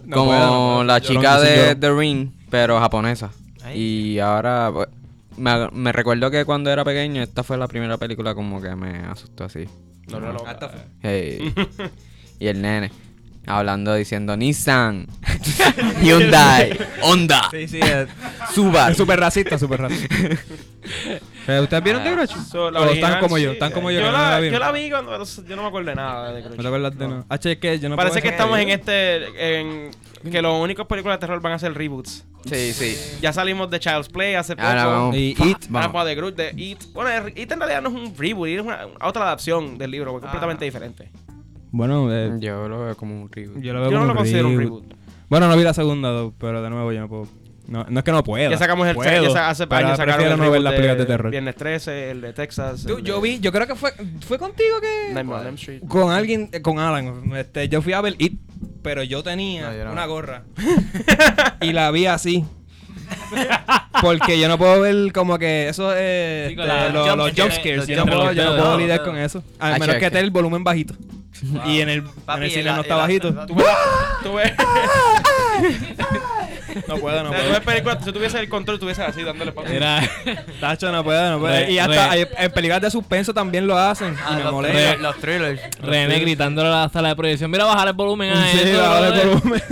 [SPEAKER 1] No
[SPEAKER 3] como
[SPEAKER 1] puedo, no puedo.
[SPEAKER 3] la
[SPEAKER 1] Yo
[SPEAKER 3] chica
[SPEAKER 1] no- yo-
[SPEAKER 3] de The Ring, pero japonesa.
[SPEAKER 2] Ay.
[SPEAKER 3] Y ahora pues, me, me recuerdo que cuando era pequeño esta fue la primera película como que me asustó así.
[SPEAKER 4] No, no, no.
[SPEAKER 3] Hey. y el nene hablando diciendo Nissan, Hyundai, Honda,
[SPEAKER 1] Sí, sí, es
[SPEAKER 3] Subaru.
[SPEAKER 1] es súper racista, súper racista. Eh, ¿Ustedes vieron The Grudge?
[SPEAKER 4] So, la
[SPEAKER 1] O
[SPEAKER 4] original,
[SPEAKER 1] están como
[SPEAKER 4] sí.
[SPEAKER 1] yo, están como yo.
[SPEAKER 4] Yo
[SPEAKER 1] que no
[SPEAKER 4] la,
[SPEAKER 1] vieron.
[SPEAKER 4] yo la vi cuando yo no me acuerdo de nada de Grudge.
[SPEAKER 1] No te acuerdas de nada. H, es que yo no
[SPEAKER 4] Parece
[SPEAKER 1] puedo
[SPEAKER 4] que
[SPEAKER 1] hacer-
[SPEAKER 4] estamos en este en que los únicos películas de terror van a ser reboots.
[SPEAKER 3] Sí, sí.
[SPEAKER 4] Ya salimos de Child's Play hace poco.
[SPEAKER 3] Ahora vamos.
[SPEAKER 1] Y
[SPEAKER 3] Fuck,
[SPEAKER 1] It,
[SPEAKER 3] vamos.
[SPEAKER 4] de Groot, de It. Bueno, el- It en realidad no es un reboot, It es una, una otra adaptación del libro, porque es completamente diferente.
[SPEAKER 1] Bueno, eh,
[SPEAKER 3] Yo lo veo como un reboot.
[SPEAKER 1] yo lo veo
[SPEAKER 4] Yo no
[SPEAKER 1] como
[SPEAKER 4] lo considero un
[SPEAKER 1] reboot.
[SPEAKER 4] reboot.
[SPEAKER 1] Bueno, no vi la segunda, though, pero de nuevo yo no puedo. No, no es que no pueda.
[SPEAKER 4] Ya sacamos el
[SPEAKER 1] puedo,
[SPEAKER 4] ya sa- hace
[SPEAKER 1] pero
[SPEAKER 4] años sacaron
[SPEAKER 1] prefiero
[SPEAKER 4] el
[SPEAKER 1] no ver
[SPEAKER 4] reboot
[SPEAKER 1] las películas de terror.
[SPEAKER 4] Viernes 13, el de Texas.
[SPEAKER 1] Tú,
[SPEAKER 4] el
[SPEAKER 1] yo
[SPEAKER 4] de
[SPEAKER 1] vi, yo creo que fue, fue contigo que...
[SPEAKER 4] Nightmare on Elm Street.
[SPEAKER 1] Con alguien, eh, con Alan. Este, yo fui a ver It, pero yo tenía
[SPEAKER 2] No, yo no.
[SPEAKER 1] una gorra. y la vi así. Porque yo no puedo ver como que eso eh,
[SPEAKER 5] Sí, con
[SPEAKER 1] este,
[SPEAKER 5] la-
[SPEAKER 1] lo-
[SPEAKER 5] jump
[SPEAKER 1] los
[SPEAKER 5] scare,
[SPEAKER 1] jump scares.
[SPEAKER 5] los
[SPEAKER 1] Yo no
[SPEAKER 5] jump
[SPEAKER 1] puedo, yo no
[SPEAKER 5] scares.
[SPEAKER 1] puedo
[SPEAKER 5] No,
[SPEAKER 1] lidiar
[SPEAKER 2] no.
[SPEAKER 1] con eso.
[SPEAKER 3] Ah,
[SPEAKER 1] A menos que
[SPEAKER 3] check.
[SPEAKER 1] esté el volumen bajito. Y en el, en
[SPEAKER 2] Papi,
[SPEAKER 1] el
[SPEAKER 2] y
[SPEAKER 1] cine
[SPEAKER 2] la-
[SPEAKER 1] no
[SPEAKER 2] y
[SPEAKER 1] está
[SPEAKER 2] la-
[SPEAKER 1] bajito.
[SPEAKER 4] Tú ves. Tú ves.
[SPEAKER 1] No puedo, no
[SPEAKER 4] O sea, tú ves
[SPEAKER 1] puedo.
[SPEAKER 4] películas, si tuviese el control, tuviese así dándole pausa.
[SPEAKER 1] Mira, Tacho, no puedo, no puedo.
[SPEAKER 5] Re-
[SPEAKER 1] y hasta
[SPEAKER 5] re-
[SPEAKER 1] hay- en películas de suspenso también lo hacen.
[SPEAKER 2] Ah,
[SPEAKER 1] y me
[SPEAKER 2] los,
[SPEAKER 1] molesta.
[SPEAKER 2] thrillers, los thrillers.
[SPEAKER 5] René gritándole a la sala de proyección. Mira, bajar el volumen a
[SPEAKER 1] Sí,
[SPEAKER 5] esto,
[SPEAKER 1] ahora
[SPEAKER 5] brother".
[SPEAKER 1] el volumen.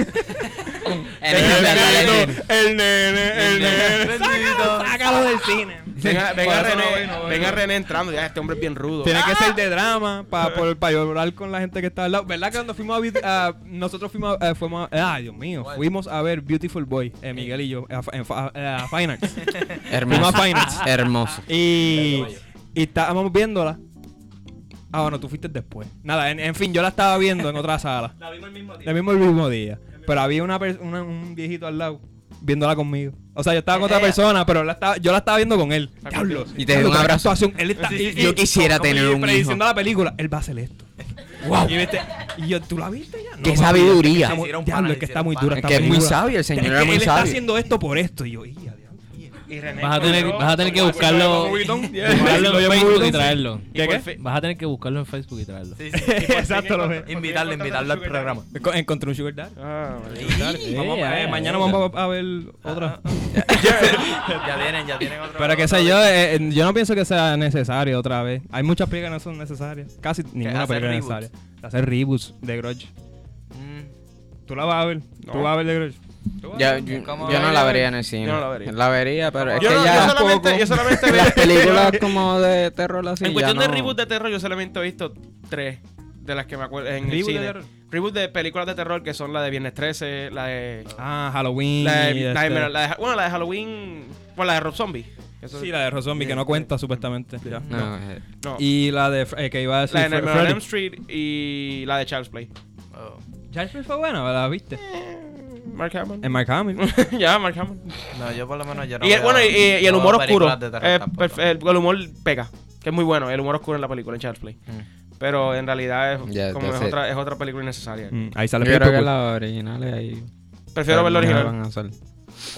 [SPEAKER 3] En el- en el- en el-
[SPEAKER 1] el nene, el nene. Sácalo del cine.
[SPEAKER 4] Venga, venga
[SPEAKER 1] Por eso no
[SPEAKER 4] René,
[SPEAKER 1] voy, no voy.
[SPEAKER 4] venga René entrando. Ya, este hombre es bien rudo.
[SPEAKER 1] Tiene que ser de drama para hablar con la gente que está al lado. ¿Verdad que cuando fuimos a... Beauty- a- nosotros fuimos a, eh, fuimos a- Ah, Dios mío. Fuimos a ver Beautiful Boy, eh, Miguel y yo, a, en fa- a- a Fine Arts. Prima Finance.
[SPEAKER 3] Hermoso. Hermoso.
[SPEAKER 1] Y, y estábamos viéndola. Ah, bueno, tú fuiste después. Nada, en, en fin, yo la estaba viendo en otra sala. La vimos el mismo día. el mismo día. Pero había una, per- una- un viejito al lado viéndola conmigo. O sea, yo estaba con otra
[SPEAKER 3] Eh.
[SPEAKER 2] Ella.
[SPEAKER 1] persona, pero él la estaba- yo la estaba viendo con él.
[SPEAKER 4] Ah,
[SPEAKER 1] Diablo.
[SPEAKER 4] contigo,
[SPEAKER 3] sí. Y te dio un
[SPEAKER 1] Diablo, qué
[SPEAKER 3] abrazo.
[SPEAKER 1] actuación. Él está,
[SPEAKER 2] Sí, sí,
[SPEAKER 1] y-
[SPEAKER 2] sí.
[SPEAKER 1] y-
[SPEAKER 3] Yo quisiera
[SPEAKER 1] como
[SPEAKER 3] tener
[SPEAKER 1] yo
[SPEAKER 3] un
[SPEAKER 1] prediciendo
[SPEAKER 3] hijo.
[SPEAKER 1] la película, él va a hacer esto. Wow. Y, viste- y yo, ¿tú la viste ya? No,
[SPEAKER 3] Qué
[SPEAKER 1] papi,
[SPEAKER 3] sabiduría.
[SPEAKER 1] es que está muy-
[SPEAKER 2] Hicieron pana,
[SPEAKER 1] Diablo, es que está
[SPEAKER 2] hicieron
[SPEAKER 1] muy
[SPEAKER 2] pana.
[SPEAKER 1] dura
[SPEAKER 3] Es
[SPEAKER 1] esta
[SPEAKER 3] que es muy
[SPEAKER 1] película.
[SPEAKER 3] sabio, el señor
[SPEAKER 1] Es
[SPEAKER 3] era
[SPEAKER 1] que
[SPEAKER 3] muy
[SPEAKER 1] él está
[SPEAKER 3] sabio.
[SPEAKER 1] haciendo esto por esto. Y yo, "Ih, a diablo".
[SPEAKER 4] Y René
[SPEAKER 5] Vas a tener-
[SPEAKER 4] encontró-
[SPEAKER 5] vas a tener que
[SPEAKER 4] Lo
[SPEAKER 5] buscarlo-
[SPEAKER 4] llevó Vuitton.
[SPEAKER 5] Buscarlo
[SPEAKER 1] Lo
[SPEAKER 5] en
[SPEAKER 1] llevo
[SPEAKER 5] Facebook
[SPEAKER 1] muy-
[SPEAKER 5] y traerlo.
[SPEAKER 4] Y por
[SPEAKER 1] ¿Qué, qué?
[SPEAKER 4] fin-
[SPEAKER 5] Vas a tener que buscarlo en Facebook y traerlo.
[SPEAKER 2] Sí, sí.
[SPEAKER 1] Exacto, lo ve.
[SPEAKER 2] Invitarlo, invitarlo al programa.
[SPEAKER 1] Enco- Encontré un sugar daddy.
[SPEAKER 4] Ah, bueno.
[SPEAKER 1] Vamos, eh,
[SPEAKER 5] eh,
[SPEAKER 1] mañana
[SPEAKER 5] eh.
[SPEAKER 1] vamos a, a ver
[SPEAKER 4] Ah,
[SPEAKER 1] otra.
[SPEAKER 2] Ya vienen, ya tienen otro.
[SPEAKER 1] Pero que
[SPEAKER 4] ah,
[SPEAKER 2] otro-
[SPEAKER 1] sé yo, eh, eh, yo no pienso que sea necesario otra vez. Hay muchas películas que no son necesarias. Casi ninguna
[SPEAKER 2] hacer
[SPEAKER 1] película es
[SPEAKER 2] reboots.
[SPEAKER 1] necesaria. Hacer reboots de Grudge.
[SPEAKER 2] Mm.
[SPEAKER 1] Tú la vas a ver. Tú
[SPEAKER 4] No.
[SPEAKER 1] vas a ver de Grudge.
[SPEAKER 3] Yo, yo-
[SPEAKER 2] ¿Cómo
[SPEAKER 3] yo
[SPEAKER 2] la
[SPEAKER 3] no la vería en el cine.
[SPEAKER 4] Yo no la vería.
[SPEAKER 3] La vería, pero es
[SPEAKER 4] Yo,
[SPEAKER 3] que
[SPEAKER 4] no- yo
[SPEAKER 3] ya
[SPEAKER 4] solamente, yo solamente veo-
[SPEAKER 3] las películas como de terror así.
[SPEAKER 4] en cuestión
[SPEAKER 3] ya
[SPEAKER 4] de
[SPEAKER 3] no-
[SPEAKER 4] reboot de terror, yo solamente he visto tres de las que me acuerdo en el
[SPEAKER 1] Reboot de
[SPEAKER 4] cine.
[SPEAKER 1] terror.
[SPEAKER 4] reboot de películas de terror que son la de Viernes 13, la de...
[SPEAKER 1] Ah, Halloween.
[SPEAKER 4] la de,
[SPEAKER 1] y este-
[SPEAKER 4] Nightmare- la de- bueno, la de Halloween... Bueno, la de Rob Zombie. Eso-
[SPEAKER 1] Sí, la de Rob Zombie, que no cuenta supuestamente. Ya.
[SPEAKER 3] No, eh,
[SPEAKER 4] no.
[SPEAKER 1] Y la de Fre- eh, que iba a decir
[SPEAKER 4] la de
[SPEAKER 1] Fre-
[SPEAKER 4] Nightmare on
[SPEAKER 1] Freddy.
[SPEAKER 4] Elm Street y la de Child's Play.
[SPEAKER 2] Oh.
[SPEAKER 1] Charles Fre- fue buena, ¿la viste?
[SPEAKER 4] Mark Hamill.
[SPEAKER 1] En Mm, Mark Hamill.
[SPEAKER 4] ya, Mark Hamill.
[SPEAKER 2] No, yo por lo menos yo no
[SPEAKER 4] Y el,
[SPEAKER 2] veo-
[SPEAKER 4] bueno, y, y- y el
[SPEAKER 2] no
[SPEAKER 4] humor
[SPEAKER 2] veo
[SPEAKER 4] oscuro.
[SPEAKER 2] películas de terror
[SPEAKER 4] Eh,
[SPEAKER 2] tampoco.
[SPEAKER 4] perfe- el, el humor pega. Que es muy bueno. El humor oscuro en la película, en Child's Play.
[SPEAKER 2] Mm.
[SPEAKER 4] Pero en realidad es,
[SPEAKER 3] Ya,
[SPEAKER 4] como es,
[SPEAKER 3] that's it.
[SPEAKER 4] otra, es otra película innecesaria.
[SPEAKER 1] Mm, Ahí
[SPEAKER 3] Yo
[SPEAKER 1] sale
[SPEAKER 3] creo
[SPEAKER 1] Pitbull.
[SPEAKER 3] que las originales ahí.
[SPEAKER 4] Prefiero ver la
[SPEAKER 3] no
[SPEAKER 4] original.
[SPEAKER 3] van a hacer.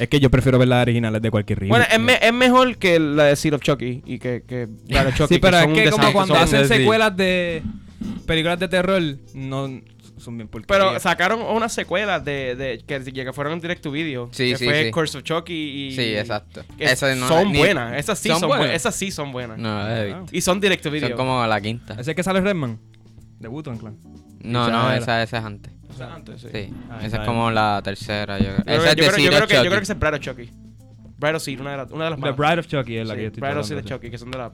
[SPEAKER 1] Es que yo prefiero ver las originales de cualquier reboot.
[SPEAKER 4] Bueno, es, me- es mejor que la de Seed of Chucky y que, que la de Chucky.
[SPEAKER 1] sí, pero
[SPEAKER 4] son
[SPEAKER 1] es que
[SPEAKER 4] un
[SPEAKER 1] como
[SPEAKER 4] desastre,
[SPEAKER 1] cuando
[SPEAKER 4] son-
[SPEAKER 1] hacen
[SPEAKER 3] sí.
[SPEAKER 1] secuelas de películas de terror, no son bien
[SPEAKER 4] Pero
[SPEAKER 1] porquerías.
[SPEAKER 4] sacaron unas secuelas de, de- que, que fueron en direct to video.
[SPEAKER 3] Sí,
[SPEAKER 4] que
[SPEAKER 3] sí,
[SPEAKER 4] fue
[SPEAKER 3] sí.
[SPEAKER 4] Curse of Chucky y...
[SPEAKER 3] Sí, exacto.
[SPEAKER 4] que
[SPEAKER 3] Esas no-
[SPEAKER 4] son
[SPEAKER 3] ni-
[SPEAKER 4] buenas. Esas sí son, buenas.
[SPEAKER 3] buenas.
[SPEAKER 4] Esas sí son buenas.
[SPEAKER 3] No, las he visto.
[SPEAKER 4] Y son direct to video.
[SPEAKER 3] Son como la quinta.
[SPEAKER 1] Ah, ¿Ese es que sale Redman? De Wutan Clan.
[SPEAKER 3] No,
[SPEAKER 1] esa
[SPEAKER 3] no,
[SPEAKER 1] era.
[SPEAKER 3] esa, esa es antes.
[SPEAKER 4] antes, sí.
[SPEAKER 3] Sí.
[SPEAKER 1] Ah,
[SPEAKER 3] Esa
[SPEAKER 1] esa
[SPEAKER 3] es
[SPEAKER 1] es.
[SPEAKER 3] como la tercera. Yo,
[SPEAKER 4] Yo creo,
[SPEAKER 3] esa es
[SPEAKER 4] yo creo- yo
[SPEAKER 3] de
[SPEAKER 4] creo que, yo creo que
[SPEAKER 3] Chucky.
[SPEAKER 4] es Bride of Chucky. Bride of Seed, una de, las- una de las
[SPEAKER 1] The
[SPEAKER 4] más.
[SPEAKER 1] Bride of Chucky es la
[SPEAKER 4] sí,
[SPEAKER 1] que yo estoy
[SPEAKER 4] Bride of Seed
[SPEAKER 1] hablando,
[SPEAKER 4] de
[SPEAKER 1] sí.
[SPEAKER 4] Chucky, que son de las...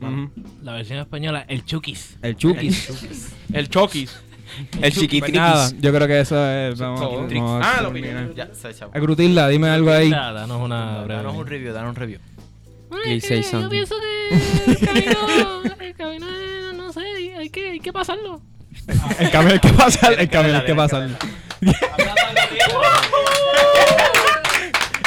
[SPEAKER 1] Ujú.
[SPEAKER 5] La versión española, el Chukis.
[SPEAKER 1] El Chucky.
[SPEAKER 4] El Chucky.
[SPEAKER 1] El
[SPEAKER 4] Pues
[SPEAKER 3] chiquitriquis.
[SPEAKER 1] Pues Nada, yo creo que eso es... Vamos,
[SPEAKER 4] Chiquitriquis.
[SPEAKER 1] vamos a
[SPEAKER 4] Ah, lo
[SPEAKER 1] terminar.
[SPEAKER 4] primero.
[SPEAKER 2] Ya, se echó.
[SPEAKER 1] Agrutilda, dime algo ahí.
[SPEAKER 5] Da- Danos una
[SPEAKER 1] Ah,
[SPEAKER 5] breve.
[SPEAKER 2] Danos un review, danos un review.
[SPEAKER 3] Please say
[SPEAKER 7] Yo
[SPEAKER 3] something.
[SPEAKER 7] pienso que el camino, el camino, eh, no sé, hay que, hay que pasarlo.
[SPEAKER 1] El camino que pasa, el
[SPEAKER 2] Tienes que
[SPEAKER 1] camino
[SPEAKER 2] verla,
[SPEAKER 1] que
[SPEAKER 2] tienes
[SPEAKER 1] pasa.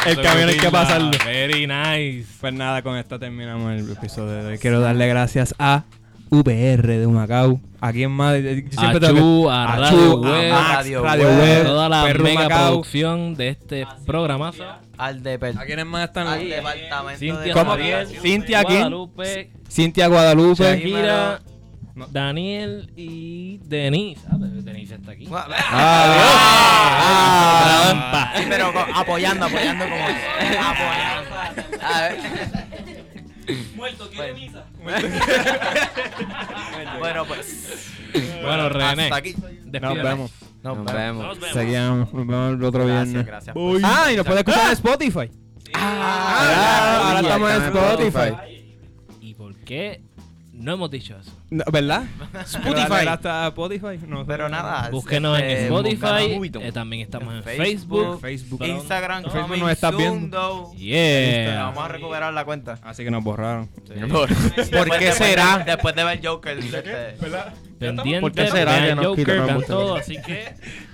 [SPEAKER 1] El camino hay que pasarlo.
[SPEAKER 5] Very nice.
[SPEAKER 1] Pues nada, con esto terminamos el episodio de hoy. Quiero darle gracias a VR de Humacao. Aquí en Madrid. yo siempre
[SPEAKER 5] A
[SPEAKER 1] tengo que-
[SPEAKER 5] Chu, a Radio Web,
[SPEAKER 1] Max,
[SPEAKER 2] Radio
[SPEAKER 1] Radio
[SPEAKER 2] Web,
[SPEAKER 1] Web,
[SPEAKER 5] Toda la
[SPEAKER 1] Perro
[SPEAKER 5] mega
[SPEAKER 1] Humacao.
[SPEAKER 5] producción de este
[SPEAKER 2] Ah,
[SPEAKER 5] programa.
[SPEAKER 2] Al de
[SPEAKER 1] ¿A quiénes más están?
[SPEAKER 2] Al departamento de
[SPEAKER 5] Cintia
[SPEAKER 1] ¿Cómo?
[SPEAKER 2] Javier.
[SPEAKER 1] Cintia aquí.
[SPEAKER 5] Guadalupe,
[SPEAKER 1] Cintia Guadalupe.
[SPEAKER 2] Shaggy.
[SPEAKER 5] Shakira,
[SPEAKER 1] No.
[SPEAKER 5] Daniel y Denise. Ah, pero Denise está aquí.
[SPEAKER 2] Ah,
[SPEAKER 1] Ah,
[SPEAKER 2] Sí, pero co- apoyando, apoyando como. apoyando. A ver. Muerto, tiene misa. bueno, pues.
[SPEAKER 5] Bueno, René.
[SPEAKER 2] Hasta aquí.
[SPEAKER 1] Nos
[SPEAKER 5] despídete.
[SPEAKER 1] vemos.
[SPEAKER 3] Nos vemos.
[SPEAKER 1] Seguimos. Nos vemos el otro
[SPEAKER 2] Gracias,
[SPEAKER 1] viernes.
[SPEAKER 2] gracias. Ah,
[SPEAKER 1] Ah, y nos puede escuchar en Spotify.
[SPEAKER 3] ya,
[SPEAKER 1] Ah, ahora
[SPEAKER 3] ya,
[SPEAKER 1] estamos en
[SPEAKER 3] estamos en
[SPEAKER 1] Spotify.
[SPEAKER 5] ¿Y por qué no hemos dicho eso?
[SPEAKER 1] No, ¿Verdad?
[SPEAKER 4] Spotify.
[SPEAKER 1] Hasta Spotify. No,
[SPEAKER 2] Pero nada.
[SPEAKER 5] Búsquenos en
[SPEAKER 2] este,
[SPEAKER 5] Spotify.
[SPEAKER 3] búsquenos.
[SPEAKER 5] eh, también estamos en
[SPEAKER 2] Facebook,
[SPEAKER 5] Facebook.
[SPEAKER 1] Facebook.
[SPEAKER 2] Instagram,
[SPEAKER 1] Facebook
[SPEAKER 2] Coming
[SPEAKER 1] nos está
[SPEAKER 2] Soon,
[SPEAKER 1] viendo.
[SPEAKER 2] though.
[SPEAKER 5] Yeah.
[SPEAKER 2] Vamos a recuperar la cuenta.
[SPEAKER 1] Así que nos borraron.
[SPEAKER 2] Después
[SPEAKER 4] qué
[SPEAKER 2] de-
[SPEAKER 4] será?
[SPEAKER 2] Después de ver Joker. este,
[SPEAKER 5] Pendiente,
[SPEAKER 4] ¿Por qué será
[SPEAKER 5] vean
[SPEAKER 4] que nos
[SPEAKER 5] Joker,
[SPEAKER 4] quitaron
[SPEAKER 5] vean
[SPEAKER 4] mucho?
[SPEAKER 5] todo, así que